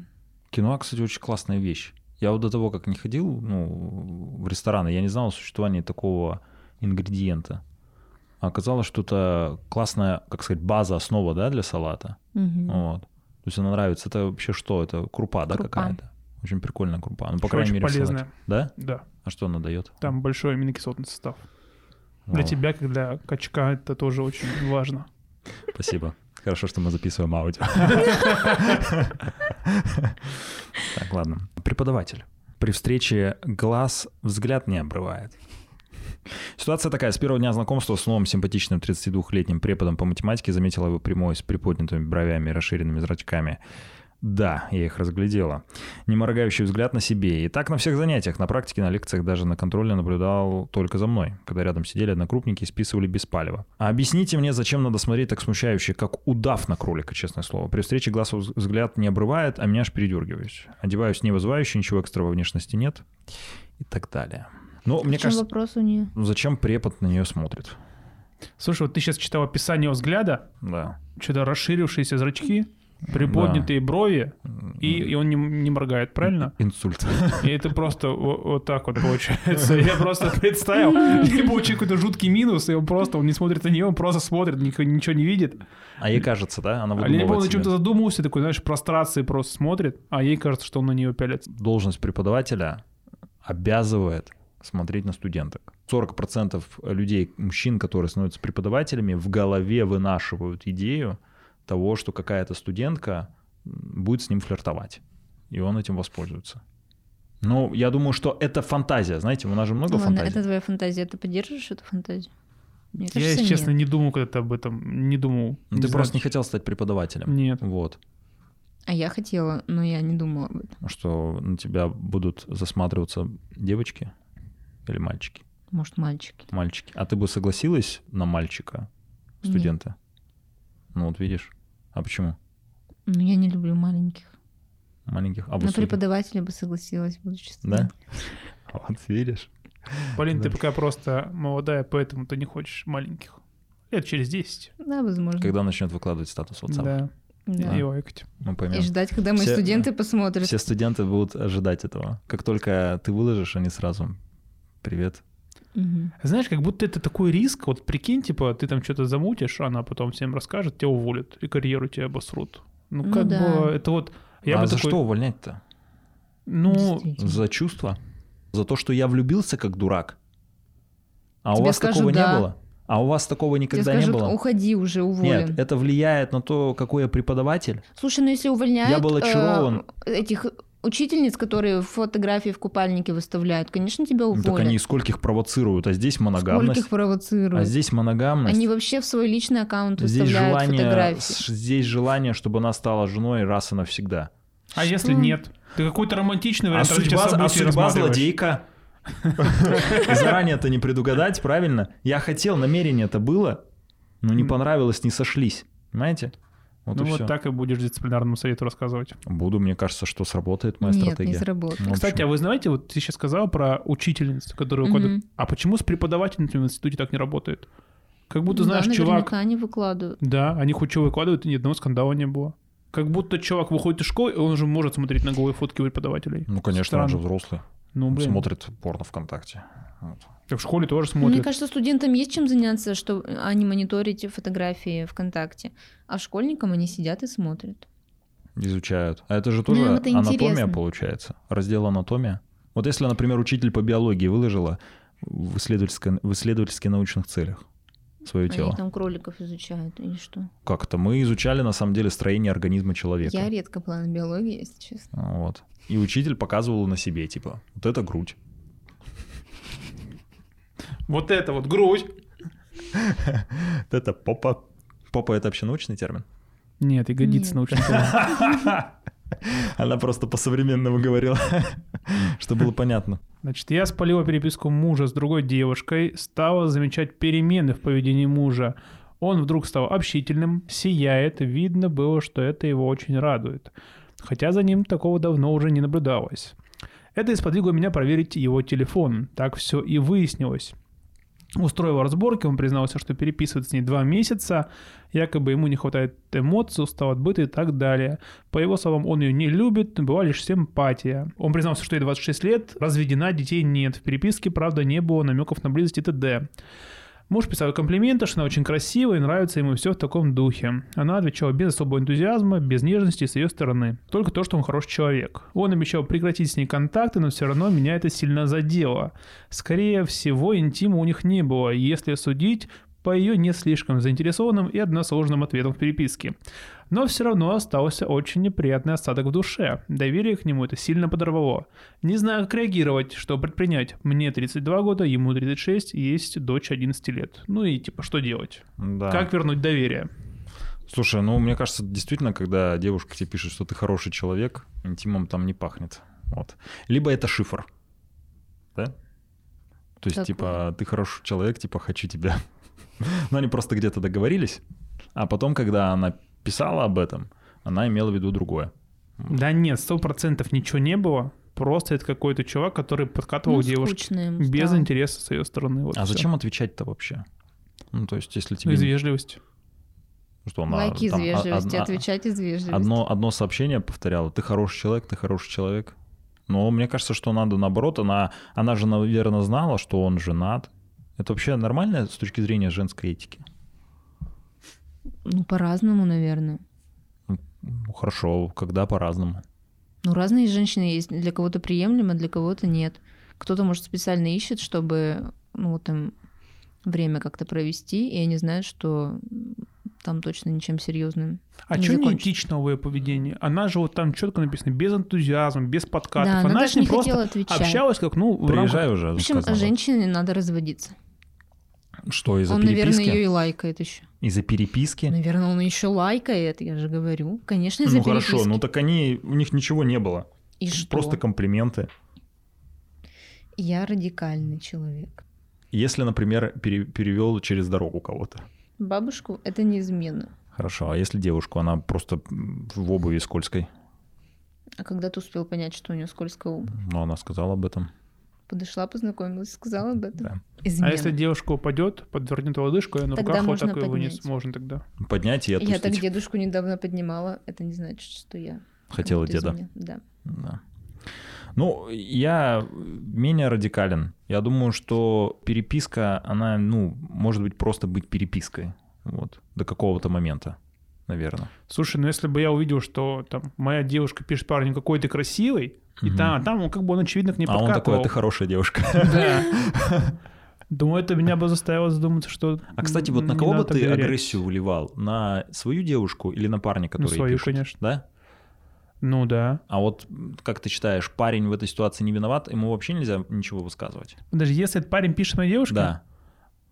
[SPEAKER 2] Киноа, кстати, очень классная вещь. Я вот до того, как не ходил ну, в рестораны, я не знал о существовании такого ингредиента. А Оказалось, что это классная, как сказать, база, основа да, для салата.
[SPEAKER 1] Мгм.
[SPEAKER 2] Вот. То есть она нравится. Это вообще что? Это крупа, да,
[SPEAKER 1] Крупа.
[SPEAKER 2] какая-то? Очень прикольная крупа. Ну, по
[SPEAKER 3] Очень
[SPEAKER 2] крайней мере, в салате.
[SPEAKER 3] полезная.
[SPEAKER 2] Да?
[SPEAKER 3] Да,
[SPEAKER 2] А что она дает?
[SPEAKER 3] там большой аминокислотный состав. Для
[SPEAKER 2] Вау,
[SPEAKER 3] тебя, как для качка, это тоже очень важно.
[SPEAKER 2] Спасибо. Хорошо, что мы записываем аудио.
[SPEAKER 3] [laughs]
[SPEAKER 2] Так, ладно. Преподаватель. При встрече глаз взгляд не обрывает. Ситуация такая. С первого дня знакомства с новым симпатичным 32-летним преподом по математике заметила его прямой с приподнятыми бровями и расширенными зрачками. Да, я их разглядела. Неморгающий взгляд на себе. И так на всех занятиях, на практике, на лекциях, даже на контроле наблюдал только за мной, когда рядом сидели однокрупники и списывали без палева. А объясните мне, зачем надо смотреть так смущающе, как удав на кролика, честное слово. При встрече глаз вз- взгляд не обрывает, а меня аж передергиваюсь. Одеваюсь не вызывающе, ничего экстра во внешности нет и так далее. Но мне
[SPEAKER 1] В чем
[SPEAKER 2] кажется,
[SPEAKER 1] вопрос у нее?
[SPEAKER 2] ну, зачем препод на нее смотрит?
[SPEAKER 3] Слушай, вот ты сейчас читал описание взгляда,
[SPEAKER 2] Да.
[SPEAKER 3] что-то расширившиеся зрачки, приподнятые брови, и, и он не, не моргает, правильно?
[SPEAKER 2] [laughs] Инсульт.
[SPEAKER 3] И это просто во- вот так вот получается. Я просто представил, либо у человека какой-то жуткий минус, и он просто, он не смотрит на нее, он просто смотрит, ник- ничего не видит.
[SPEAKER 2] А ей кажется, да? Она
[SPEAKER 3] А либо он
[SPEAKER 2] выдумывает
[SPEAKER 3] о чем-то
[SPEAKER 2] себе.
[SPEAKER 3] задумался, такой, знаешь, в прострации просто смотрит, а ей кажется, что он на нее пялится.
[SPEAKER 2] Должность преподавателя обязывает смотреть на студенток. 40% людей, мужчин, которые становятся преподавателями, в голове вынашивают идею того, что какая-то студентка м, будет с ним флиртовать. И он этим воспользуется. Ну, я думаю, что это фантазия. Знаете, у нас же много
[SPEAKER 1] Ладно,
[SPEAKER 2] фантазий.
[SPEAKER 1] это твоя фантазия. Ты поддерживаешь эту фантазию? Мне
[SPEAKER 3] Я,
[SPEAKER 1] кажется,
[SPEAKER 3] если честно,
[SPEAKER 1] нет.
[SPEAKER 3] не думал когда-то об этом, не думал.
[SPEAKER 2] Ну, Ты
[SPEAKER 3] знаю.
[SPEAKER 2] просто не хотел стать преподавателем.
[SPEAKER 3] Нет.
[SPEAKER 2] Вот.
[SPEAKER 1] А я хотела, но я не думала об этом.
[SPEAKER 2] что на тебя будут засматриваться девочки или мальчики?
[SPEAKER 1] Может, мальчики.
[SPEAKER 2] Мальчики. А ты бы согласилась на мальчика, студента? Ну вот видишь. А почему?
[SPEAKER 1] Но Ну, я не люблю маленьких.
[SPEAKER 2] Маленьких. А
[SPEAKER 1] На
[SPEAKER 2] высоких?
[SPEAKER 1] преподавателя бы согласилась, будучи [laughs]
[SPEAKER 2] Да? А
[SPEAKER 1] студенткой.
[SPEAKER 2] Вот видишь.
[SPEAKER 3] Полин, ты
[SPEAKER 2] Да.
[SPEAKER 3] пока просто молодая, поэтому ты не хочешь маленьких. Лет через 10.
[SPEAKER 1] Да, возможно.
[SPEAKER 2] Когда начнет выкладывать статус WhatsApp?
[SPEAKER 3] Да.
[SPEAKER 1] Да.
[SPEAKER 3] И ойкать.
[SPEAKER 2] Мы
[SPEAKER 1] И
[SPEAKER 2] поймем.
[SPEAKER 1] ждать, когда мои
[SPEAKER 2] Все-
[SPEAKER 1] студенты посмотрят.
[SPEAKER 2] Все студенты будут ожидать этого. Как только ты выложишь, они сразу «Привет».
[SPEAKER 1] Мгм.
[SPEAKER 3] Знаешь, как будто это такой риск. Вот прикинь, типа, ты там что-то замутишь, она потом всем расскажет, тебя уволят, и карьеру тебе обосрут. Ну,
[SPEAKER 1] Ну
[SPEAKER 3] как
[SPEAKER 1] да.
[SPEAKER 3] бы это вот... Я
[SPEAKER 2] а
[SPEAKER 3] бы
[SPEAKER 2] за
[SPEAKER 3] такой,
[SPEAKER 2] что увольнять-то?
[SPEAKER 3] Ну,
[SPEAKER 1] Действительно.
[SPEAKER 2] За чувство? За то, что я влюбился как дурак? А у
[SPEAKER 1] Тебе
[SPEAKER 2] вас
[SPEAKER 1] скажут
[SPEAKER 2] такого
[SPEAKER 1] «да».
[SPEAKER 2] не было? А у вас такого
[SPEAKER 1] Тебе
[SPEAKER 2] никогда
[SPEAKER 1] скажут,
[SPEAKER 2] не было?
[SPEAKER 1] уходи уже, уволен.
[SPEAKER 2] Нет, это влияет на то, какой я преподаватель.
[SPEAKER 1] Слушай, ну если увольняют...
[SPEAKER 2] Я был
[SPEAKER 1] э,
[SPEAKER 2] очарован.
[SPEAKER 1] этих учительниц, которые фотографии в купальнике выставляют, конечно, тебя уволят.
[SPEAKER 2] Ну, Так они скольких провоцируют, а здесь моногамность.
[SPEAKER 1] Скольких провоцируют.
[SPEAKER 2] А здесь моногамность.
[SPEAKER 1] Они вообще в свой личный аккаунт
[SPEAKER 2] здесь
[SPEAKER 1] выставляют
[SPEAKER 2] желание,
[SPEAKER 1] фотографии.
[SPEAKER 2] с- здесь желание, чтобы она стала женой раз и навсегда.
[SPEAKER 3] а если нет? Ты какой-то романтичный
[SPEAKER 2] А
[SPEAKER 3] вариант развития
[SPEAKER 2] судьба, а
[SPEAKER 3] событий
[SPEAKER 2] судьба
[SPEAKER 3] рассматриваешь.
[SPEAKER 2] злодейка. [laughs] Заранее это не предугадать, правильно? Я хотел, намерение это было, но не
[SPEAKER 3] М.
[SPEAKER 2] понравилось, не сошлись. Понимаете? Вот
[SPEAKER 3] ну
[SPEAKER 2] и
[SPEAKER 3] вот
[SPEAKER 2] всё. Ну,
[SPEAKER 3] так и будешь дисциплинарному совету рассказывать.
[SPEAKER 2] Буду, мне кажется, что сработает моя
[SPEAKER 1] Нет,
[SPEAKER 2] стратегия.
[SPEAKER 1] не сработает.
[SPEAKER 2] Ну, в
[SPEAKER 3] Кстати,
[SPEAKER 2] общем,
[SPEAKER 3] а вы знаете, вот ты сейчас сказала про учительницу, которая
[SPEAKER 1] Мгм.
[SPEAKER 3] уходит. А почему с преподавательницами в институте так не работает? Как будто, знаешь,
[SPEAKER 1] Ну, да,
[SPEAKER 3] чувак...
[SPEAKER 1] наверняка они выкладывают.
[SPEAKER 3] Да, они хоть что выкладывают, и ни одного скандала не было. Как будто чувак выходит из школы, и он же может смотреть на голые фотки преподавателей.
[SPEAKER 2] Ну, конечно, он же
[SPEAKER 3] Странно.
[SPEAKER 2] взрослый.
[SPEAKER 3] Ну,
[SPEAKER 2] Он
[SPEAKER 3] блин.
[SPEAKER 2] смотрит порно ВКонтакте. Вот.
[SPEAKER 3] Так в школе тоже
[SPEAKER 1] Ну, Мне
[SPEAKER 3] смотрит.
[SPEAKER 1] кажется, студентам есть чем заняться, что а не мониторить фотографии ВКонтакте. А школьникам они сидят и смотрят.
[SPEAKER 2] Изучают. А это же тоже
[SPEAKER 1] им Ну, это
[SPEAKER 2] анатомия
[SPEAKER 1] интересно.
[SPEAKER 2] получается. Раздел анатомия. Вот если, например, учитель по биологии выложила в исследовательско- в исследовательски-научных целях свое тело.
[SPEAKER 1] Они там кроликов изучают или что.
[SPEAKER 2] Как-то мы изучали на самом деле строение организма человека.
[SPEAKER 1] Я редко план биологии, если честно.
[SPEAKER 2] Вот. И учитель показывал на себе, типа, вот это грудь.
[SPEAKER 3] Вот это вот грудь.
[SPEAKER 2] Вот это попа. Попа — это вообще научный термин?
[SPEAKER 3] Нет,
[SPEAKER 1] Нет.
[SPEAKER 3] ягодицы научный термин.
[SPEAKER 2] Она просто по-современному говорила, что было понятно.
[SPEAKER 3] Значит, я спалила переписку мужа с другой девушкой, стала замечать перемены в поведении мужа. Он вдруг стал общительным, сияет, видно было, что это его очень радует. Хотя за ним такого давно уже не наблюдалось. Это и сподвигло меня проверить его телефон. Так все и выяснилось. Устроил разборки, он признался, что переписывается с ней два месяца, якобы ему не хватает эмоций, устал от быта и так далее. По его словам, он ее не любит, была лишь симпатия. Он признался, что ей 26 лет, разведена, детей нет. В переписке, правда, не было намеков на близость и т.д. Муж писал комплименты, что она очень красивая и нравится ему все в таком духе. Она отвечала без особого энтузиазма, без нежности с ее стороны. Только то, что он хороший человек. Он обещал прекратить с ней контакты, но все равно меня это сильно задело. Скорее всего, интима у них не было. и Если судить по ее не слишком заинтересованным и односложным ответам в переписке. Но все равно остался очень неприятный осадок в душе. Доверие к нему это сильно подорвало. Не знаю, как реагировать, что предпринять. Мне 32 года, ему 36, есть дочь 11 лет. Ну и типа, что делать?
[SPEAKER 2] Да.
[SPEAKER 3] Как вернуть доверие?
[SPEAKER 2] Слушай, ну мне кажется, действительно, когда девушка тебе пишет, что ты хороший человек, интимом там не пахнет. Вот. Либо это шифр. Да? То есть,
[SPEAKER 1] Такое.
[SPEAKER 2] типа, ты хороший человек, типа, хочу тебя. Но они просто где-то договорились. А потом, когда она писала об этом, она имела в виду другое.
[SPEAKER 3] Да нет, сто процентов ничего не было. Просто это какой-то чувак, который подкатывал
[SPEAKER 1] Ну,
[SPEAKER 3] к девушке
[SPEAKER 1] скучные,
[SPEAKER 3] без
[SPEAKER 1] да.
[SPEAKER 3] интереса с ее стороны. Вот
[SPEAKER 2] А
[SPEAKER 3] всё.
[SPEAKER 2] зачем отвечать-то вообще? Ну, то есть, если
[SPEAKER 3] Ну,
[SPEAKER 2] тебе...
[SPEAKER 3] из вежливости.
[SPEAKER 2] Что, она
[SPEAKER 1] Лайки из
[SPEAKER 2] там а, о-
[SPEAKER 1] вежливости,
[SPEAKER 2] одна-
[SPEAKER 1] отвечать из вежливости.
[SPEAKER 2] Одно, одно сообщение повторяло, ты хороший человек, ты хороший человек. Но мне кажется, что надо наоборот, она, она же, наверное, знала, что он женат. Это вообще нормально с точки зрения женской этики?
[SPEAKER 1] Ну, по-разному, наверное.
[SPEAKER 2] Ну, Хорошо, когда по-разному.
[SPEAKER 1] Ну, разные женщины есть. Для кого-то приемлемо, для кого-то нет. Кто-то, может, специально ищет, чтобы, ну, вот там время как-то провести, и они знают, что там точно ничем серьезным.
[SPEAKER 3] А
[SPEAKER 1] Не
[SPEAKER 3] что
[SPEAKER 1] закончится.
[SPEAKER 3] неэтичного ее поведение? Она же вот там четко написано, без энтузиазма, без подкатов.
[SPEAKER 1] да, она
[SPEAKER 3] она
[SPEAKER 1] даже
[SPEAKER 3] с ним
[SPEAKER 1] не
[SPEAKER 3] просто
[SPEAKER 1] хотела отвечать.
[SPEAKER 3] общалась как, ну, в рамках-
[SPEAKER 2] Приезжай уже.
[SPEAKER 1] В общем,
[SPEAKER 2] сказала.
[SPEAKER 1] женщине надо разводиться.
[SPEAKER 2] Что, из-за
[SPEAKER 1] он,
[SPEAKER 2] переписки?
[SPEAKER 1] наверное, ее и лайкает еще.
[SPEAKER 2] Из-за переписки?
[SPEAKER 1] Наверное, он еще лайкает, я же говорю. Конечно, из-за
[SPEAKER 2] ну хорошо,
[SPEAKER 1] переписки.
[SPEAKER 2] ну так они, у них ничего не было.
[SPEAKER 1] И что?
[SPEAKER 2] Просто комплименты.
[SPEAKER 1] Я радикальный человек.
[SPEAKER 2] Если, например, пере- перевел через дорогу кого-то.
[SPEAKER 1] Бабушку это неизменно.
[SPEAKER 2] Хорошо, а если девушку, она просто м, в обуви скользкой,
[SPEAKER 1] А когда ты успел понять, что у нее скользкая обувь?
[SPEAKER 2] но она сказала об этом.
[SPEAKER 1] Подошла, познакомилась, сказала об этом.
[SPEAKER 2] Да.
[SPEAKER 1] Измена.
[SPEAKER 3] А если девушка упадет, подвернет лодыжку, и на
[SPEAKER 1] Тогда
[SPEAKER 3] руках вот
[SPEAKER 1] можно
[SPEAKER 3] так его вынес.
[SPEAKER 1] поднять.
[SPEAKER 3] Можно тогда.
[SPEAKER 2] Поднять и отпустить.
[SPEAKER 1] Я так дедушку недавно поднимала, это не значит, что я.
[SPEAKER 2] Хотела
[SPEAKER 1] вот
[SPEAKER 2] деда.
[SPEAKER 1] изменя- Да.
[SPEAKER 2] Да. Ну, я менее радикален. Я думаю, что переписка, она, ну, может быть, просто быть перепиской. Вот. До какого-то момента, наверное.
[SPEAKER 3] Слушай, ну если бы я увидел, что там моя девушка пишет парню, какой ты красивый, и
[SPEAKER 2] Мгм.
[SPEAKER 3] там, там он как бы он очевидно к ней
[SPEAKER 2] а он такой,
[SPEAKER 3] подкатывал.
[SPEAKER 2] «А ты хорошая девушка.
[SPEAKER 3] Да. Думаю, это меня бы заставило задуматься, что...
[SPEAKER 2] А, кстати, вот на
[SPEAKER 3] не
[SPEAKER 2] кого бы
[SPEAKER 3] надо
[SPEAKER 2] ты
[SPEAKER 3] доверять.
[SPEAKER 2] агрессию выливал? На свою девушку или на парня, который
[SPEAKER 3] свою,
[SPEAKER 2] пишет?
[SPEAKER 3] конечно.
[SPEAKER 2] Да?
[SPEAKER 3] Ну да.
[SPEAKER 2] А вот, м, как ты считаешь, парень в этой ситуации не виноват, ему вообще нельзя ничего высказывать?
[SPEAKER 3] Даже если этот парень пишет моей девушке...
[SPEAKER 2] Да.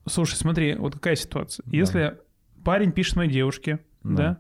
[SPEAKER 3] Слушай, смотри, вот какая ситуация.
[SPEAKER 2] Да.
[SPEAKER 3] Если парень пишет моей девушке,
[SPEAKER 2] Да.
[SPEAKER 3] да.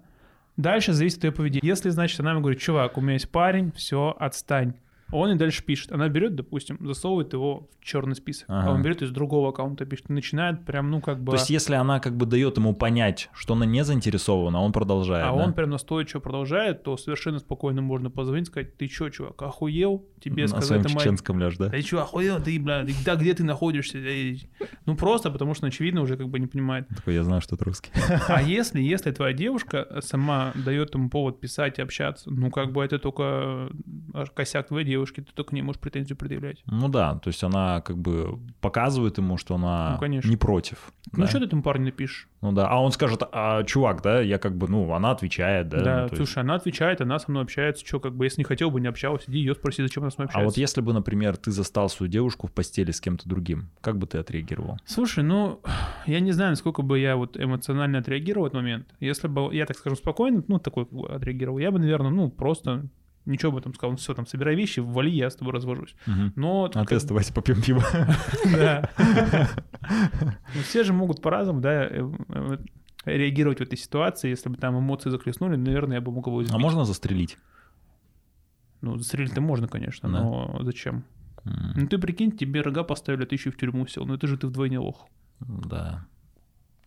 [SPEAKER 3] дальше зависит от ее поведения. Если, значит, она ему говорит, чувак, у меня есть парень, все, отстань. Он и дальше пишет. Она берет, допустим, засовывает его в черный список,
[SPEAKER 2] Ага.
[SPEAKER 3] а он берет из другого аккаунта пишет и начинает прям, ну, как бы...
[SPEAKER 2] То есть, если она как бы дает ему понять, что она не заинтересована, он продолжает.
[SPEAKER 3] а
[SPEAKER 2] да?
[SPEAKER 3] он прям настойчиво продолжает, то совершенно спокойно можно позвонить и сказать, ты чё, чувак, охуел? Тебе
[SPEAKER 2] на
[SPEAKER 3] сказать
[SPEAKER 2] своем
[SPEAKER 3] это моя
[SPEAKER 2] чеченском ляж, да?
[SPEAKER 3] Да ты чё, охуел? Ты, бля, ты- да где ты находишься? Эй. Ну просто, потому что, он, очевидно, уже как бы не понимает.
[SPEAKER 2] Такой, я знаю, что ты русский.
[SPEAKER 3] А если, если твоя девушка сама дает ему повод писать и общаться, ну как бы это только э, косяк твоей девушки, ты только не можешь претензию предъявлять.
[SPEAKER 2] Ну да, то есть она как бы показывает ему, что она
[SPEAKER 3] Ну, конечно.
[SPEAKER 2] не против.
[SPEAKER 3] Ну
[SPEAKER 2] да?
[SPEAKER 3] что ты этому парню напишешь?
[SPEAKER 2] Ну да, а он скажет, а, чувак, да, я как бы, ну, она отвечает, да.
[SPEAKER 3] Да,
[SPEAKER 2] ну, то есть-
[SPEAKER 3] слушай, она отвечает, она со мной общается, что как бы, если не хотел бы, не общалась, иди ее спроси, зачем она со
[SPEAKER 2] А
[SPEAKER 3] мной общается.
[SPEAKER 2] вот если бы, например, ты застал свою девушку в постели с кем-то другим, как бы ты отреагировал?
[SPEAKER 3] Слушай, ну, я не знаю, насколько бы я вот эмоционально отреагировал в этот момент. Если бы я, так скажем, спокойно, ну, такой как бы отреагировал, я бы, наверное, ну, просто ничего бы там сказал, все, там, собирай вещи, вали, я с тобой развожусь. Но...
[SPEAKER 2] А
[SPEAKER 3] как-
[SPEAKER 2] ты оставайся, попьем пиво.
[SPEAKER 3] Да. [laughs] Ну, Все же могут по-разному, да, э, э, реагировать в этой ситуации, если бы там эмоции захлестнули, наверное, я бы мог его
[SPEAKER 2] А
[SPEAKER 3] избить.
[SPEAKER 2] можно застрелить?
[SPEAKER 3] Ну, застрелить-то можно, конечно,
[SPEAKER 2] Да.
[SPEAKER 3] но зачем?
[SPEAKER 2] М,
[SPEAKER 3] Ну, ты прикинь, тебе рога поставили, а ты еще и в тюрьму сел, ну, это же ты вдвойне лох.
[SPEAKER 2] Да.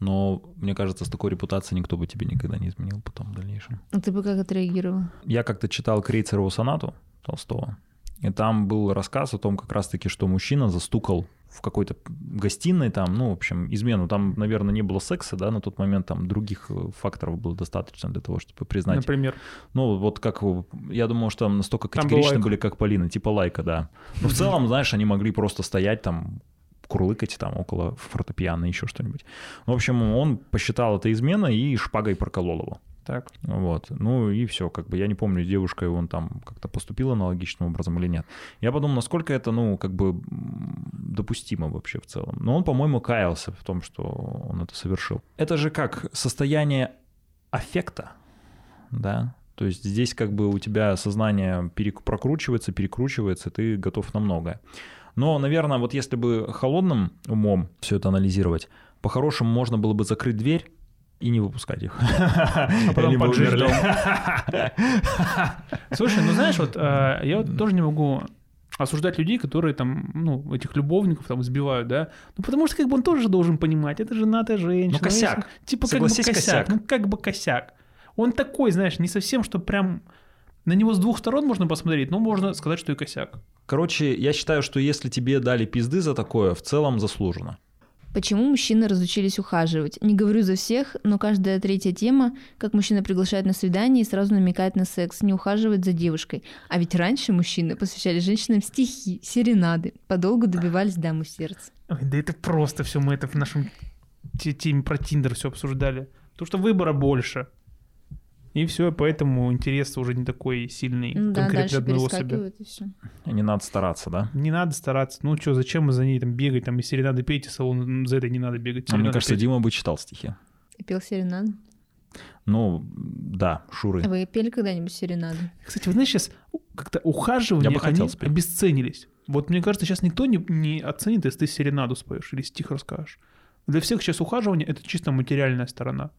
[SPEAKER 2] Но, мне кажется, с такой репутацией никто бы тебе никогда не изменил потом в дальнейшем.
[SPEAKER 1] А ты бы как отреагировала?
[SPEAKER 2] Я как-то читал Крейцерову сонату Толстого, и там был рассказ о том как раз-таки, что мужчина застукал в какой-то гостиной там, ну, в общем, измену. Там, наверное, не было секса, да, на тот момент там других э, факторов было достаточно для того, чтобы признать.
[SPEAKER 3] Например.
[SPEAKER 2] Ну, вот как, э, я думал, что там настолько
[SPEAKER 3] Там был
[SPEAKER 2] категорично
[SPEAKER 3] лайк.
[SPEAKER 2] были, как Полина, типа лайка, да. Но в целом, знаешь, они могли просто стоять там, курлыкать там около фортепиано, еще что-нибудь. В общем, он посчитал это измена и шпагой проколол его.
[SPEAKER 3] Так.
[SPEAKER 2] Вот. Ну и все, как бы я не помню, девушка он там как-то поступила аналогичным образом или нет. Я подумал, насколько это, ну, как бы м, допустимо вообще в целом. Но он, по-моему, каялся в том, что он это совершил. Это же как состояние аффекта, да? То есть здесь как бы у тебя сознание перек- прокручивается, перекручивается, ты готов на многое. Но, наверное, вот если бы холодным умом все это анализировать, по-хорошему можно было бы закрыть дверь и не выпускать
[SPEAKER 3] [laughs]
[SPEAKER 2] их. А
[SPEAKER 3] потом поджечь дом.
[SPEAKER 2] [laughs]
[SPEAKER 3] Слушай, ну знаешь, вот э, я вот тоже не могу осуждать людей, которые там, ну, этих любовников там сбивают, да? Ну, потому что как бы он тоже должен понимать, это женатая женщина.
[SPEAKER 2] Ну, косяк.
[SPEAKER 3] знаешь, Типа как бы
[SPEAKER 2] Согласись,
[SPEAKER 3] косяк.
[SPEAKER 2] косяк.
[SPEAKER 3] Ну, как бы косяк. Он такой, знаешь, не совсем, что прям на него с двух сторон можно посмотреть, но можно сказать, что и косяк.
[SPEAKER 2] Короче, я считаю, что если тебе дали пизды за такое, в целом заслуженно.
[SPEAKER 1] Почему мужчины разучились ухаживать? Не говорю за всех, но каждая третья тема, как мужчина приглашает на свидание и сразу намекает на секс, не ухаживает за девушкой. А ведь раньше мужчины посвящали женщинам стихи, серенады, подолгу добивались даму сердца.
[SPEAKER 3] Ой, да это просто все мы это в нашем те- теме про Тиндер все обсуждали. Потому что выбора больше. И все, поэтому интерес уже не такой сильный
[SPEAKER 1] Ну да,
[SPEAKER 3] конкретно
[SPEAKER 1] дальше
[SPEAKER 3] одной особи.
[SPEAKER 1] перескакивают и все.
[SPEAKER 2] Не надо стараться, да?
[SPEAKER 3] Не надо стараться. Ну что, зачем за ней там бегать, там, и серенады петь, и салон за это не надо бегать.
[SPEAKER 2] А мне
[SPEAKER 3] серенады
[SPEAKER 2] кажется,
[SPEAKER 3] петь.
[SPEAKER 2] Дима бы читал стихи.
[SPEAKER 1] И пел серенады.
[SPEAKER 2] Ну, да, Шуры.
[SPEAKER 1] Вы пели когда-нибудь серенады?
[SPEAKER 3] Кстати, вы знаете, сейчас как-то ухаживание,
[SPEAKER 2] Я бы хотел
[SPEAKER 3] они
[SPEAKER 2] спеть.
[SPEAKER 3] обесценились. Вот мне кажется, сейчас никто не, не оценит, если ты серенаду споешь или стих расскажешь. Для всех сейчас ухаживание — это чисто материальная сторона.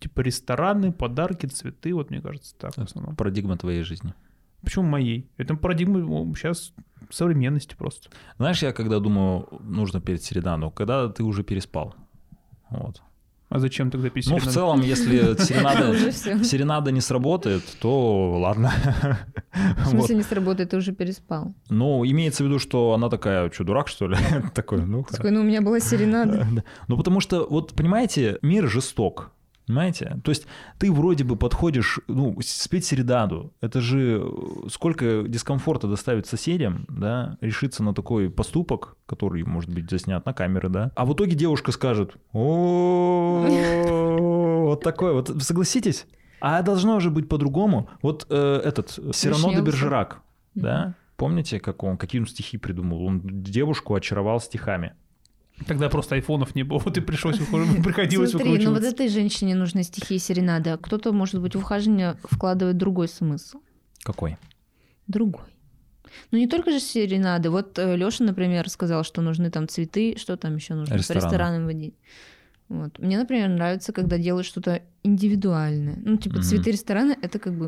[SPEAKER 3] Типа рестораны, подарки, цветы, вот мне кажется, так в основном.
[SPEAKER 2] Парадигма твоей жизни.
[SPEAKER 3] Почему моей? Это парадигма сейчас современности просто.
[SPEAKER 2] Знаешь, я когда думаю, нужно перед Середану, когда ты уже переспал. Вот.
[SPEAKER 3] А зачем тогда петь
[SPEAKER 2] Ну, в
[SPEAKER 3] серенады?
[SPEAKER 2] целом, если
[SPEAKER 1] [laughs] Уже
[SPEAKER 3] А,
[SPEAKER 2] серенада,
[SPEAKER 1] все. В
[SPEAKER 2] серенада не сработает, то ладно. [laughs] Вот.
[SPEAKER 1] смысле не сработает, ты уже переспал.
[SPEAKER 2] Ну, имеется в виду, что она такая, что, дурак, что ли? [laughs] Такой, ну,
[SPEAKER 1] Такой, Ну, у меня была
[SPEAKER 3] [laughs]
[SPEAKER 1] серенада.
[SPEAKER 2] Да. Ну, потому что, вот, понимаете, мир жесток. Понимаете? То есть ты вроде бы подходишь, ну, с- спеть середаду. Это же э, сколько дискомфорта доставит соседям, да, решиться на такой поступок, который, может быть, заснят на камеры, да. А в итоге девушка скажет, о вот такое, вот согласитесь? А должно же быть по-другому. Вот э, этот, Сирано де
[SPEAKER 1] Вишневский.
[SPEAKER 2] Бержерак, да, помните, как он, какие он стихи придумал? Он девушку очаровал стихами.
[SPEAKER 3] Тогда просто айфонов не было, [laughs] вот и пришлось, уху-
[SPEAKER 1] [laughs]
[SPEAKER 3] приходилось
[SPEAKER 1] Смотри, ну вот
[SPEAKER 3] выкручиваться.
[SPEAKER 1] этой женщине нужны стихи и серенады, а кто-то, может быть, в ухаживание вкладывает другой смысл.
[SPEAKER 2] Какой?
[SPEAKER 1] Другой. Ну не только же серенады. Вот Леша, например, сказал, что нужны там цветы, что там еще нужно
[SPEAKER 2] Рестораны.
[SPEAKER 1] по ресторанам водить. Вот. Мне, например, нравится, когда делают что-то индивидуальное. Ну, типа,
[SPEAKER 2] Мгм.
[SPEAKER 1] цветы рестораны — это как бы...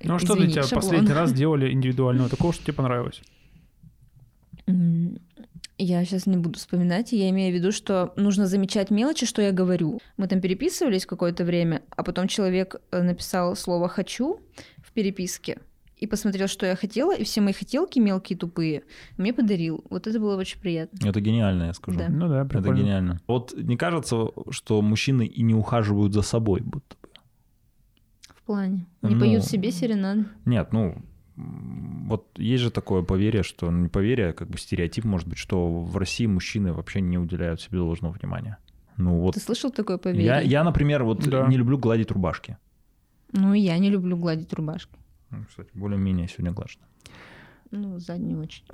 [SPEAKER 1] э,
[SPEAKER 3] Ну а что для
[SPEAKER 1] извини,
[SPEAKER 3] тебя
[SPEAKER 1] шаблон. [laughs]
[SPEAKER 3] последний раз делали индивидуального такого, что тебе понравилось?
[SPEAKER 1] М, Я сейчас не буду вспоминать, и я имею в виду, что нужно замечать мелочи, что я говорю. Мы там переписывались какое-то время, а потом человек э, написал слово «хочу» в переписке и посмотрел, что я хотела, и все мои хотелки мелкие, тупые, мне подарил. Вот это было очень приятно.
[SPEAKER 2] Это гениально, я скажу.
[SPEAKER 1] Да.
[SPEAKER 3] Ну да,
[SPEAKER 2] Это
[SPEAKER 3] прикольно.
[SPEAKER 2] гениально. Вот не кажется, что мужчины и не ухаживают за собой, будто бы?
[SPEAKER 1] В плане. Не
[SPEAKER 2] Ну.
[SPEAKER 1] поют себе серенады.
[SPEAKER 2] Нет, ну м, вот есть же такое поверье, что ну, не поверье, а как бы стереотип, может быть, что в России мужчины вообще не уделяют себе должного внимания. Ну вот
[SPEAKER 1] Ты слышал такое поверье?
[SPEAKER 2] я, я, например, вот
[SPEAKER 3] Да.
[SPEAKER 2] не люблю гладить рубашки.
[SPEAKER 1] Ну, и я не люблю гладить рубашки.
[SPEAKER 2] Ну, Кстати, более-менее сегодня глажено.
[SPEAKER 1] Ну, задний очень.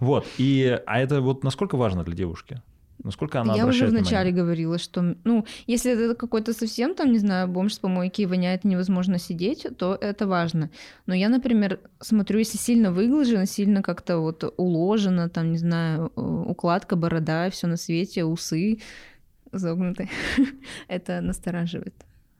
[SPEAKER 2] Вот и а это вот насколько важно для девушки? Насколько она
[SPEAKER 1] я уже
[SPEAKER 2] обращает
[SPEAKER 1] вначале
[SPEAKER 2] внимание?
[SPEAKER 1] говорила, что, ну, если это какой-то совсем, там, не знаю, бомж с помойки и воняет, и невозможно сидеть, то это важно. Но я, например, смотрю, если сильно выглажено, сильно как-то вот уложено, там, не знаю, э, укладка, борода, все на свете, усы загнуты, [laughs] это настораживает.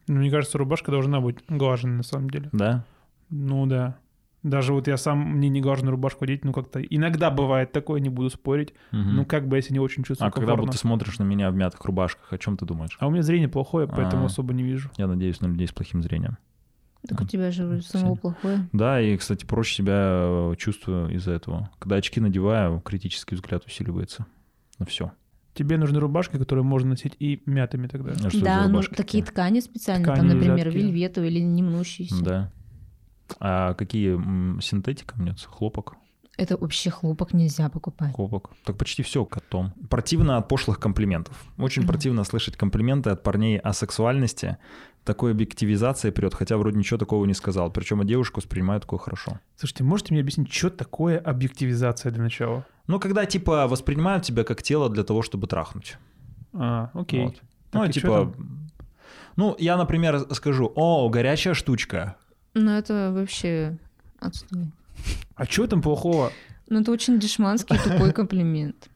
[SPEAKER 3] Ну, мне кажется, рубашка должна быть глажена на самом деле.
[SPEAKER 2] Да.
[SPEAKER 3] Ну да. Даже вот я сам, мне не глаженную рубашку одеть, ну как-то иногда бывает такое, не буду спорить.
[SPEAKER 2] Мгм.
[SPEAKER 3] Ну как бы я себя не очень чувствую
[SPEAKER 2] а когда вот
[SPEAKER 3] комфортно.
[SPEAKER 2] ты смотришь на меня в мятых рубашках, о чем ты думаешь?
[SPEAKER 3] А у меня зрение плохое, поэтому
[SPEAKER 2] А.
[SPEAKER 3] особо не вижу.
[SPEAKER 2] Я надеюсь на людей с плохим зрением.
[SPEAKER 1] Так у
[SPEAKER 2] А,
[SPEAKER 1] тебя же у
[SPEAKER 2] всё.
[SPEAKER 1] самого плохое.
[SPEAKER 2] Да, и, кстати, проще себя э, чувствую из-за этого. Когда очки надеваю, критический взгляд усиливается. Ну все.
[SPEAKER 3] Тебе нужны рубашки, которые можно носить и мятыми тогда.
[SPEAKER 1] да, ну, такие ткани специально, там,
[SPEAKER 3] Ткани,
[SPEAKER 1] например,
[SPEAKER 3] вязатки.
[SPEAKER 1] вельветовые или не мнущиеся.
[SPEAKER 2] Да. А какие м, синтетика мнется? Хлопок?
[SPEAKER 1] Это вообще хлопок нельзя покупать.
[SPEAKER 2] Хлопок. Так почти все котом. Противно от пошлых комплиментов. Очень
[SPEAKER 1] Мгм.
[SPEAKER 2] противно слышать комплименты от парней о сексуальности. такой объективизации прет, хотя вроде ничего такого не сказал. Причем девушку воспринимают такое хорошо.
[SPEAKER 3] Слушайте, можете мне объяснить, что такое объективизация для начала?
[SPEAKER 2] Ну, когда типа воспринимают тебя как тело для того, чтобы трахнуть.
[SPEAKER 3] А, окей.
[SPEAKER 2] Вот.
[SPEAKER 3] Так
[SPEAKER 2] ну,
[SPEAKER 3] и чё
[SPEAKER 2] типа... Ну, я, например, скажу, о, горячая штучка.
[SPEAKER 1] Ну, это вообще отстой.
[SPEAKER 3] А что там плохого?
[SPEAKER 1] Ну, это очень дешманский тупой
[SPEAKER 2] [laughs]
[SPEAKER 1] комплимент.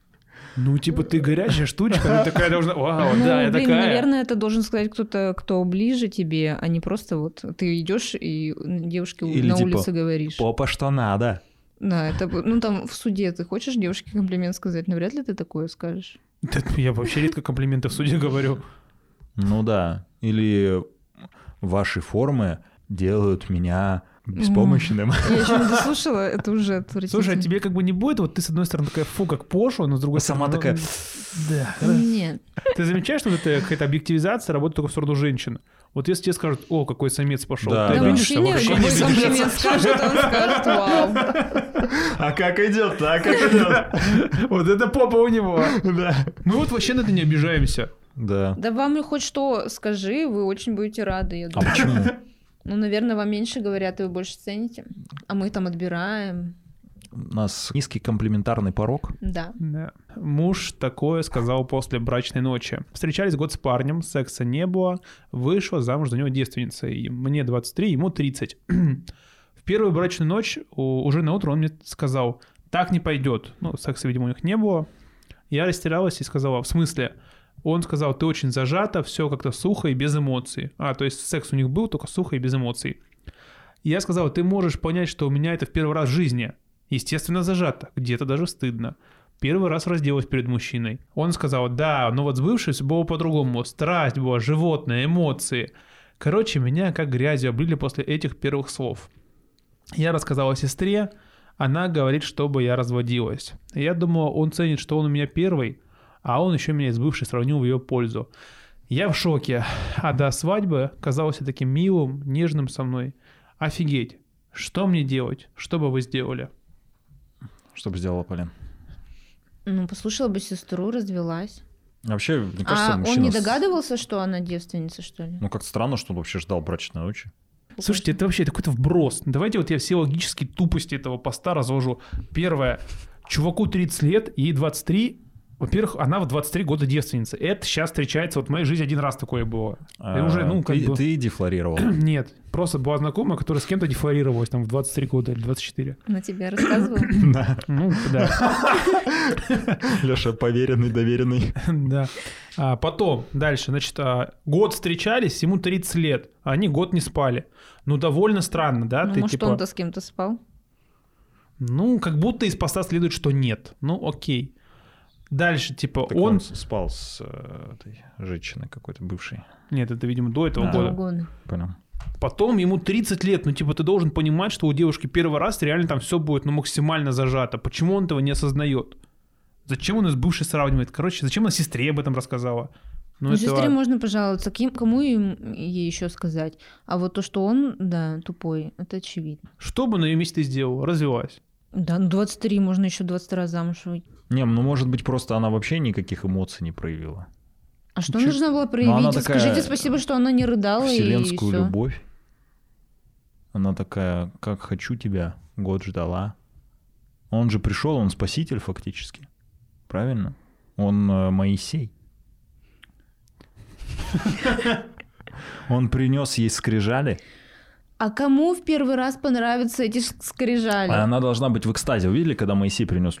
[SPEAKER 3] Ну, типа, ты горячая штучка, ну такая
[SPEAKER 1] [laughs]
[SPEAKER 3] должна...
[SPEAKER 2] А,
[SPEAKER 3] Вау,
[SPEAKER 1] ну,
[SPEAKER 3] да, я
[SPEAKER 1] блин,
[SPEAKER 3] такая.
[SPEAKER 1] наверное, это должен сказать кто-то, кто ближе тебе, а не просто вот ты идешь и девушке
[SPEAKER 2] Или
[SPEAKER 1] на
[SPEAKER 2] типа,
[SPEAKER 1] улице говоришь.
[SPEAKER 2] Попа что надо.
[SPEAKER 1] Да, это бу- ну там в суде ты хочешь девушке комплимент сказать, но вряд ли ты такое скажешь.
[SPEAKER 3] Да, ну, я вообще редко комплименты в суде говорю.
[SPEAKER 2] Ну да. Или ваши формы делают меня беспомощным.
[SPEAKER 1] Я еще не дослушала, это уже отвратительно.
[SPEAKER 3] Слушай, а тебе как бы не будет, вот ты с одной стороны такая, фу, как пошло, но с другой
[SPEAKER 2] А Сама
[SPEAKER 3] стороны...
[SPEAKER 2] такая...
[SPEAKER 3] ну, Да.
[SPEAKER 1] Нет.
[SPEAKER 3] Ты замечаешь, что вот это какая-то объективизация работает только в сторону женщин? Вот если тебе скажут, о, какой самец пошел,
[SPEAKER 2] Да,
[SPEAKER 3] ты
[SPEAKER 1] Да,
[SPEAKER 2] А, да.
[SPEAKER 3] обидишься
[SPEAKER 1] мужчине
[SPEAKER 3] вообще
[SPEAKER 1] любой
[SPEAKER 3] не обидишься.
[SPEAKER 1] комплимент скажет, он скажет «Вау».
[SPEAKER 4] А как идет, так идет.
[SPEAKER 3] [laughs] Вот это попа у него.
[SPEAKER 4] Да.
[SPEAKER 3] Мы вот вообще на это не обижаемся.
[SPEAKER 2] Да.
[SPEAKER 1] Да вам хоть что скажи, вы очень будете рады, я
[SPEAKER 2] А
[SPEAKER 1] думаю.
[SPEAKER 2] почему?
[SPEAKER 1] Ну, наверное, вам меньше говорят, и вы больше цените. А мы там отбираем.
[SPEAKER 2] У нас низкий комплиментарный порог.
[SPEAKER 1] Да.
[SPEAKER 3] Да. Муж такое сказал после брачной ночи. Встречались год с парнем, секса не было, вышла замуж за него девственница. И мне 23, ему 30. [clears throat] В первую брачную ночь, у- уже на утро он мне сказал, так не пойдет. Ну, секса, видимо, у них не было. Я растерялась и сказала, в смысле? Он сказал, ты очень зажата, все как-то сухо и без эмоций. А, то есть секс у них был, только сухо и без эмоций. Я сказал, ты можешь понять, что у меня это в первый раз в жизни. Естественно, зажато, где-то даже стыдно. Первый раз разделась перед мужчиной. Он сказал, да, но вот с бывшей всё было по-другому. Страсть была, животные, эмоции. Короче, меня как грязью облили после этих первых слов. Я рассказала сестре, она говорит, чтобы я разводилась. Я думала, он ценит, что он у меня первый, а он еще меня с бывшей сравнил в ее пользу. Я в шоке, а до свадьбы казался таким милым, нежным со мной. Офигеть, что мне делать? Что бы вы сделали?
[SPEAKER 2] Что бы сделала Полин?
[SPEAKER 1] Ну, послушала бы сестру, развелась.
[SPEAKER 2] Вообще, мне кажется,
[SPEAKER 1] А он
[SPEAKER 2] мужчина...
[SPEAKER 1] не
[SPEAKER 2] с-
[SPEAKER 1] догадывался, что она девственница, что
[SPEAKER 2] [coughs]
[SPEAKER 1] ли?
[SPEAKER 2] Ну, как странно, что он вообще ждал брачной ночи.
[SPEAKER 3] Слушайте, это вообще какой-то вброс. Давайте вот я все логические тупости этого поста разложу. Первое. Чуваку 30 лет, ей 23. Во-первых, она в 23 года девственница. Это сейчас встречается, вот в моей жизни один раз такое было. [clears throat] Я
[SPEAKER 2] А,
[SPEAKER 3] уже, ну, как
[SPEAKER 2] ты,
[SPEAKER 3] бы...
[SPEAKER 2] ты
[SPEAKER 3] [clears throat]
[SPEAKER 2] дефлорировал.
[SPEAKER 3] Нет, просто была знакомая, которая с кем-то дефлорировалась там в 23 года или 24.
[SPEAKER 1] Она тебе рассказывала.
[SPEAKER 3] Ну, да. [laughs]
[SPEAKER 2] Леша поверенный, доверенный.
[SPEAKER 3] Да. А потом, дальше, значит, а, год встречались, ему 30 лет, а они год не спали. Ну, довольно странно, да?
[SPEAKER 1] Ну,
[SPEAKER 3] Ты,
[SPEAKER 1] может,
[SPEAKER 3] типа,
[SPEAKER 1] он-то с кем-то спал?
[SPEAKER 3] Ну, как будто из поста следует, что нет. Ну, окей. Дальше, типа,
[SPEAKER 2] Так
[SPEAKER 3] он...
[SPEAKER 2] он с- спал с э, этой женщиной какой-то бывшей.
[SPEAKER 3] Нет, это, видимо, до этого
[SPEAKER 2] А.
[SPEAKER 1] Два
[SPEAKER 3] года.
[SPEAKER 1] года.
[SPEAKER 2] Понял.
[SPEAKER 3] Потом ему 30 лет. Ну, типа, ты должен понимать, что у девушки первый раз реально там все будет, ну, максимально зажато. Почему он этого не осознает? Зачем он из бывшей сравнивает? Короче, зачем она сестре об этом рассказала?
[SPEAKER 1] Ну,
[SPEAKER 3] это
[SPEAKER 1] сестре
[SPEAKER 3] ладно.
[SPEAKER 1] можно пожаловаться, кем, кому им- ей еще сказать. А вот то, что он, да, тупой, это очевидно.
[SPEAKER 3] Что бы на ее месте ты сделал? Развелась.
[SPEAKER 1] Да, ну 23, можно еще 20 раз замуж выйти.
[SPEAKER 2] Не, ну, может быть, просто она вообще никаких эмоций не проявила.
[SPEAKER 1] А что
[SPEAKER 2] Чё-
[SPEAKER 1] нужно было
[SPEAKER 2] Ну, она
[SPEAKER 1] проявить?
[SPEAKER 2] такая-
[SPEAKER 1] Скажите спасибо, что она не рыдала и
[SPEAKER 2] Вселенскую
[SPEAKER 1] все.
[SPEAKER 2] любовь. Она такая, как хочу тебя, год ждала. Он же пришел, он спаситель фактически. Правильно? Он э, Моисей. Он принес ей скрижали,
[SPEAKER 1] А кому в первый раз понравятся эти ш- скрижали?
[SPEAKER 2] а она должна быть в экстазе. Вы видели, когда Моисей принес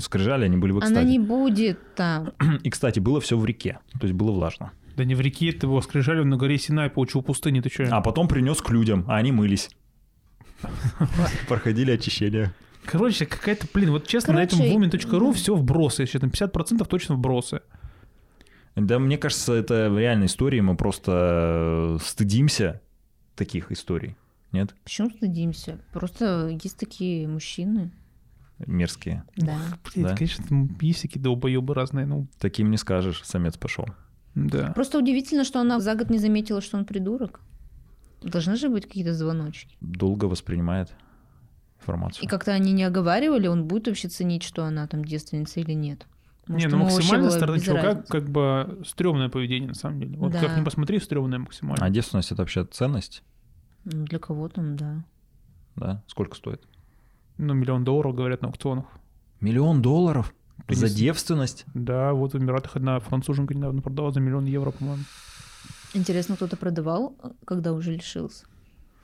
[SPEAKER 1] [clears throat]
[SPEAKER 2] скрижали, они были в
[SPEAKER 1] Она не
[SPEAKER 2] экстазе.
[SPEAKER 1] будет там.
[SPEAKER 2] И, кстати, было все в реке, то есть было влажно.
[SPEAKER 3] Да не в реке это его скрижали, он на горе Синай получил пустыни, ты че?
[SPEAKER 2] А потом принес к людям, а они мылись. [laughs] Проходили очищение.
[SPEAKER 3] Короче, какая-то, блин, вот честно, на
[SPEAKER 1] Короче,
[SPEAKER 3] этом woman.ru все вбросы. Сейчас там 50% точно вбросы.
[SPEAKER 2] Да, мне кажется, это реальная история, мы просто э, стыдимся таких историй, нет?
[SPEAKER 1] Почему стыдимся? Просто есть такие мужчины.
[SPEAKER 2] Мерзкие.
[SPEAKER 1] Да.
[SPEAKER 3] Блин,
[SPEAKER 2] Да.
[SPEAKER 3] конечно, там есть такие долбоебы разные, ну,
[SPEAKER 2] Таким не скажешь, самец пошел.
[SPEAKER 3] да.
[SPEAKER 1] Просто удивительно, что она за год не заметила, что он придурок. Должны же быть какие-то звоночки.
[SPEAKER 2] Долго воспринимает
[SPEAKER 1] И
[SPEAKER 2] информацию.
[SPEAKER 1] как-то они не оговаривали, он будет вообще ценить, что она там девственница или нет. Может,
[SPEAKER 3] не, ну
[SPEAKER 1] ему вообще
[SPEAKER 3] максимально
[SPEAKER 1] было
[SPEAKER 3] стороны
[SPEAKER 1] без
[SPEAKER 3] чувака
[SPEAKER 1] разницы.
[SPEAKER 3] как бы стрёмное поведение, на самом деле. Вот
[SPEAKER 5] Да.
[SPEAKER 3] как ни посмотри, стрёмное максимально.
[SPEAKER 2] А девственность — это вообще ценность,
[SPEAKER 5] Ну, для кого-то, ну, да.
[SPEAKER 2] да? Сколько стоит?
[SPEAKER 3] Ну, миллион долларов, говорят, на аукционах.
[SPEAKER 2] Миллион долларов
[SPEAKER 3] Ты
[SPEAKER 2] за
[SPEAKER 3] не с-
[SPEAKER 2] девственность?
[SPEAKER 3] Да, вот в Эмиратах одна француженка недавно продала за миллион евро, по-моему.
[SPEAKER 5] Интересно, кто-то продавал, э, когда уже лишился?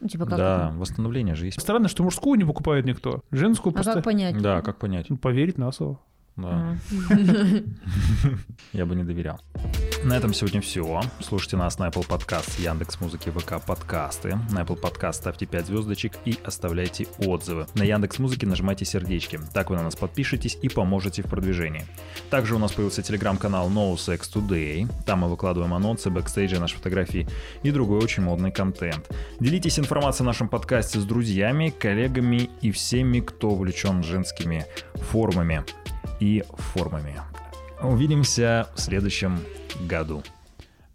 [SPEAKER 5] Ну, типа как?
[SPEAKER 2] Да,
[SPEAKER 5] это?
[SPEAKER 2] восстановление же есть.
[SPEAKER 3] Странно, что мужскую не покупает никто. Женскую
[SPEAKER 5] А
[SPEAKER 3] просто...
[SPEAKER 5] как понять?
[SPEAKER 2] Да, как понять?
[SPEAKER 3] Ну, Поверить на слово.
[SPEAKER 5] А.
[SPEAKER 2] Да.
[SPEAKER 1] [laughs]
[SPEAKER 2] Я бы не доверял. На этом сегодня все. Слушайте нас на Apple Podcast, Яндекс Музыки, ВК Подкасты. На Apple Podcast ставьте 5 звездочек и оставляйте отзывы. На Яндекс Музыке нажимайте сердечки. Так вы на нас подпишетесь и поможете в продвижении. Также у нас появился телеграм-канал No Sex Today. Там мы выкладываем анонсы, бэкстейджи, наши фотографии и другой очень модный контент. Делитесь информацией о нашем подкасте с друзьями, коллегами и всеми, кто увлечен женскими формами и формами. Увидимся в следующем году.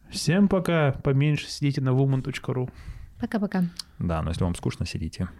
[SPEAKER 3] Всем пока. Поменьше сидите на woman.ru.
[SPEAKER 1] Пока-пока.
[SPEAKER 2] Да, но если вам скучно, сидите.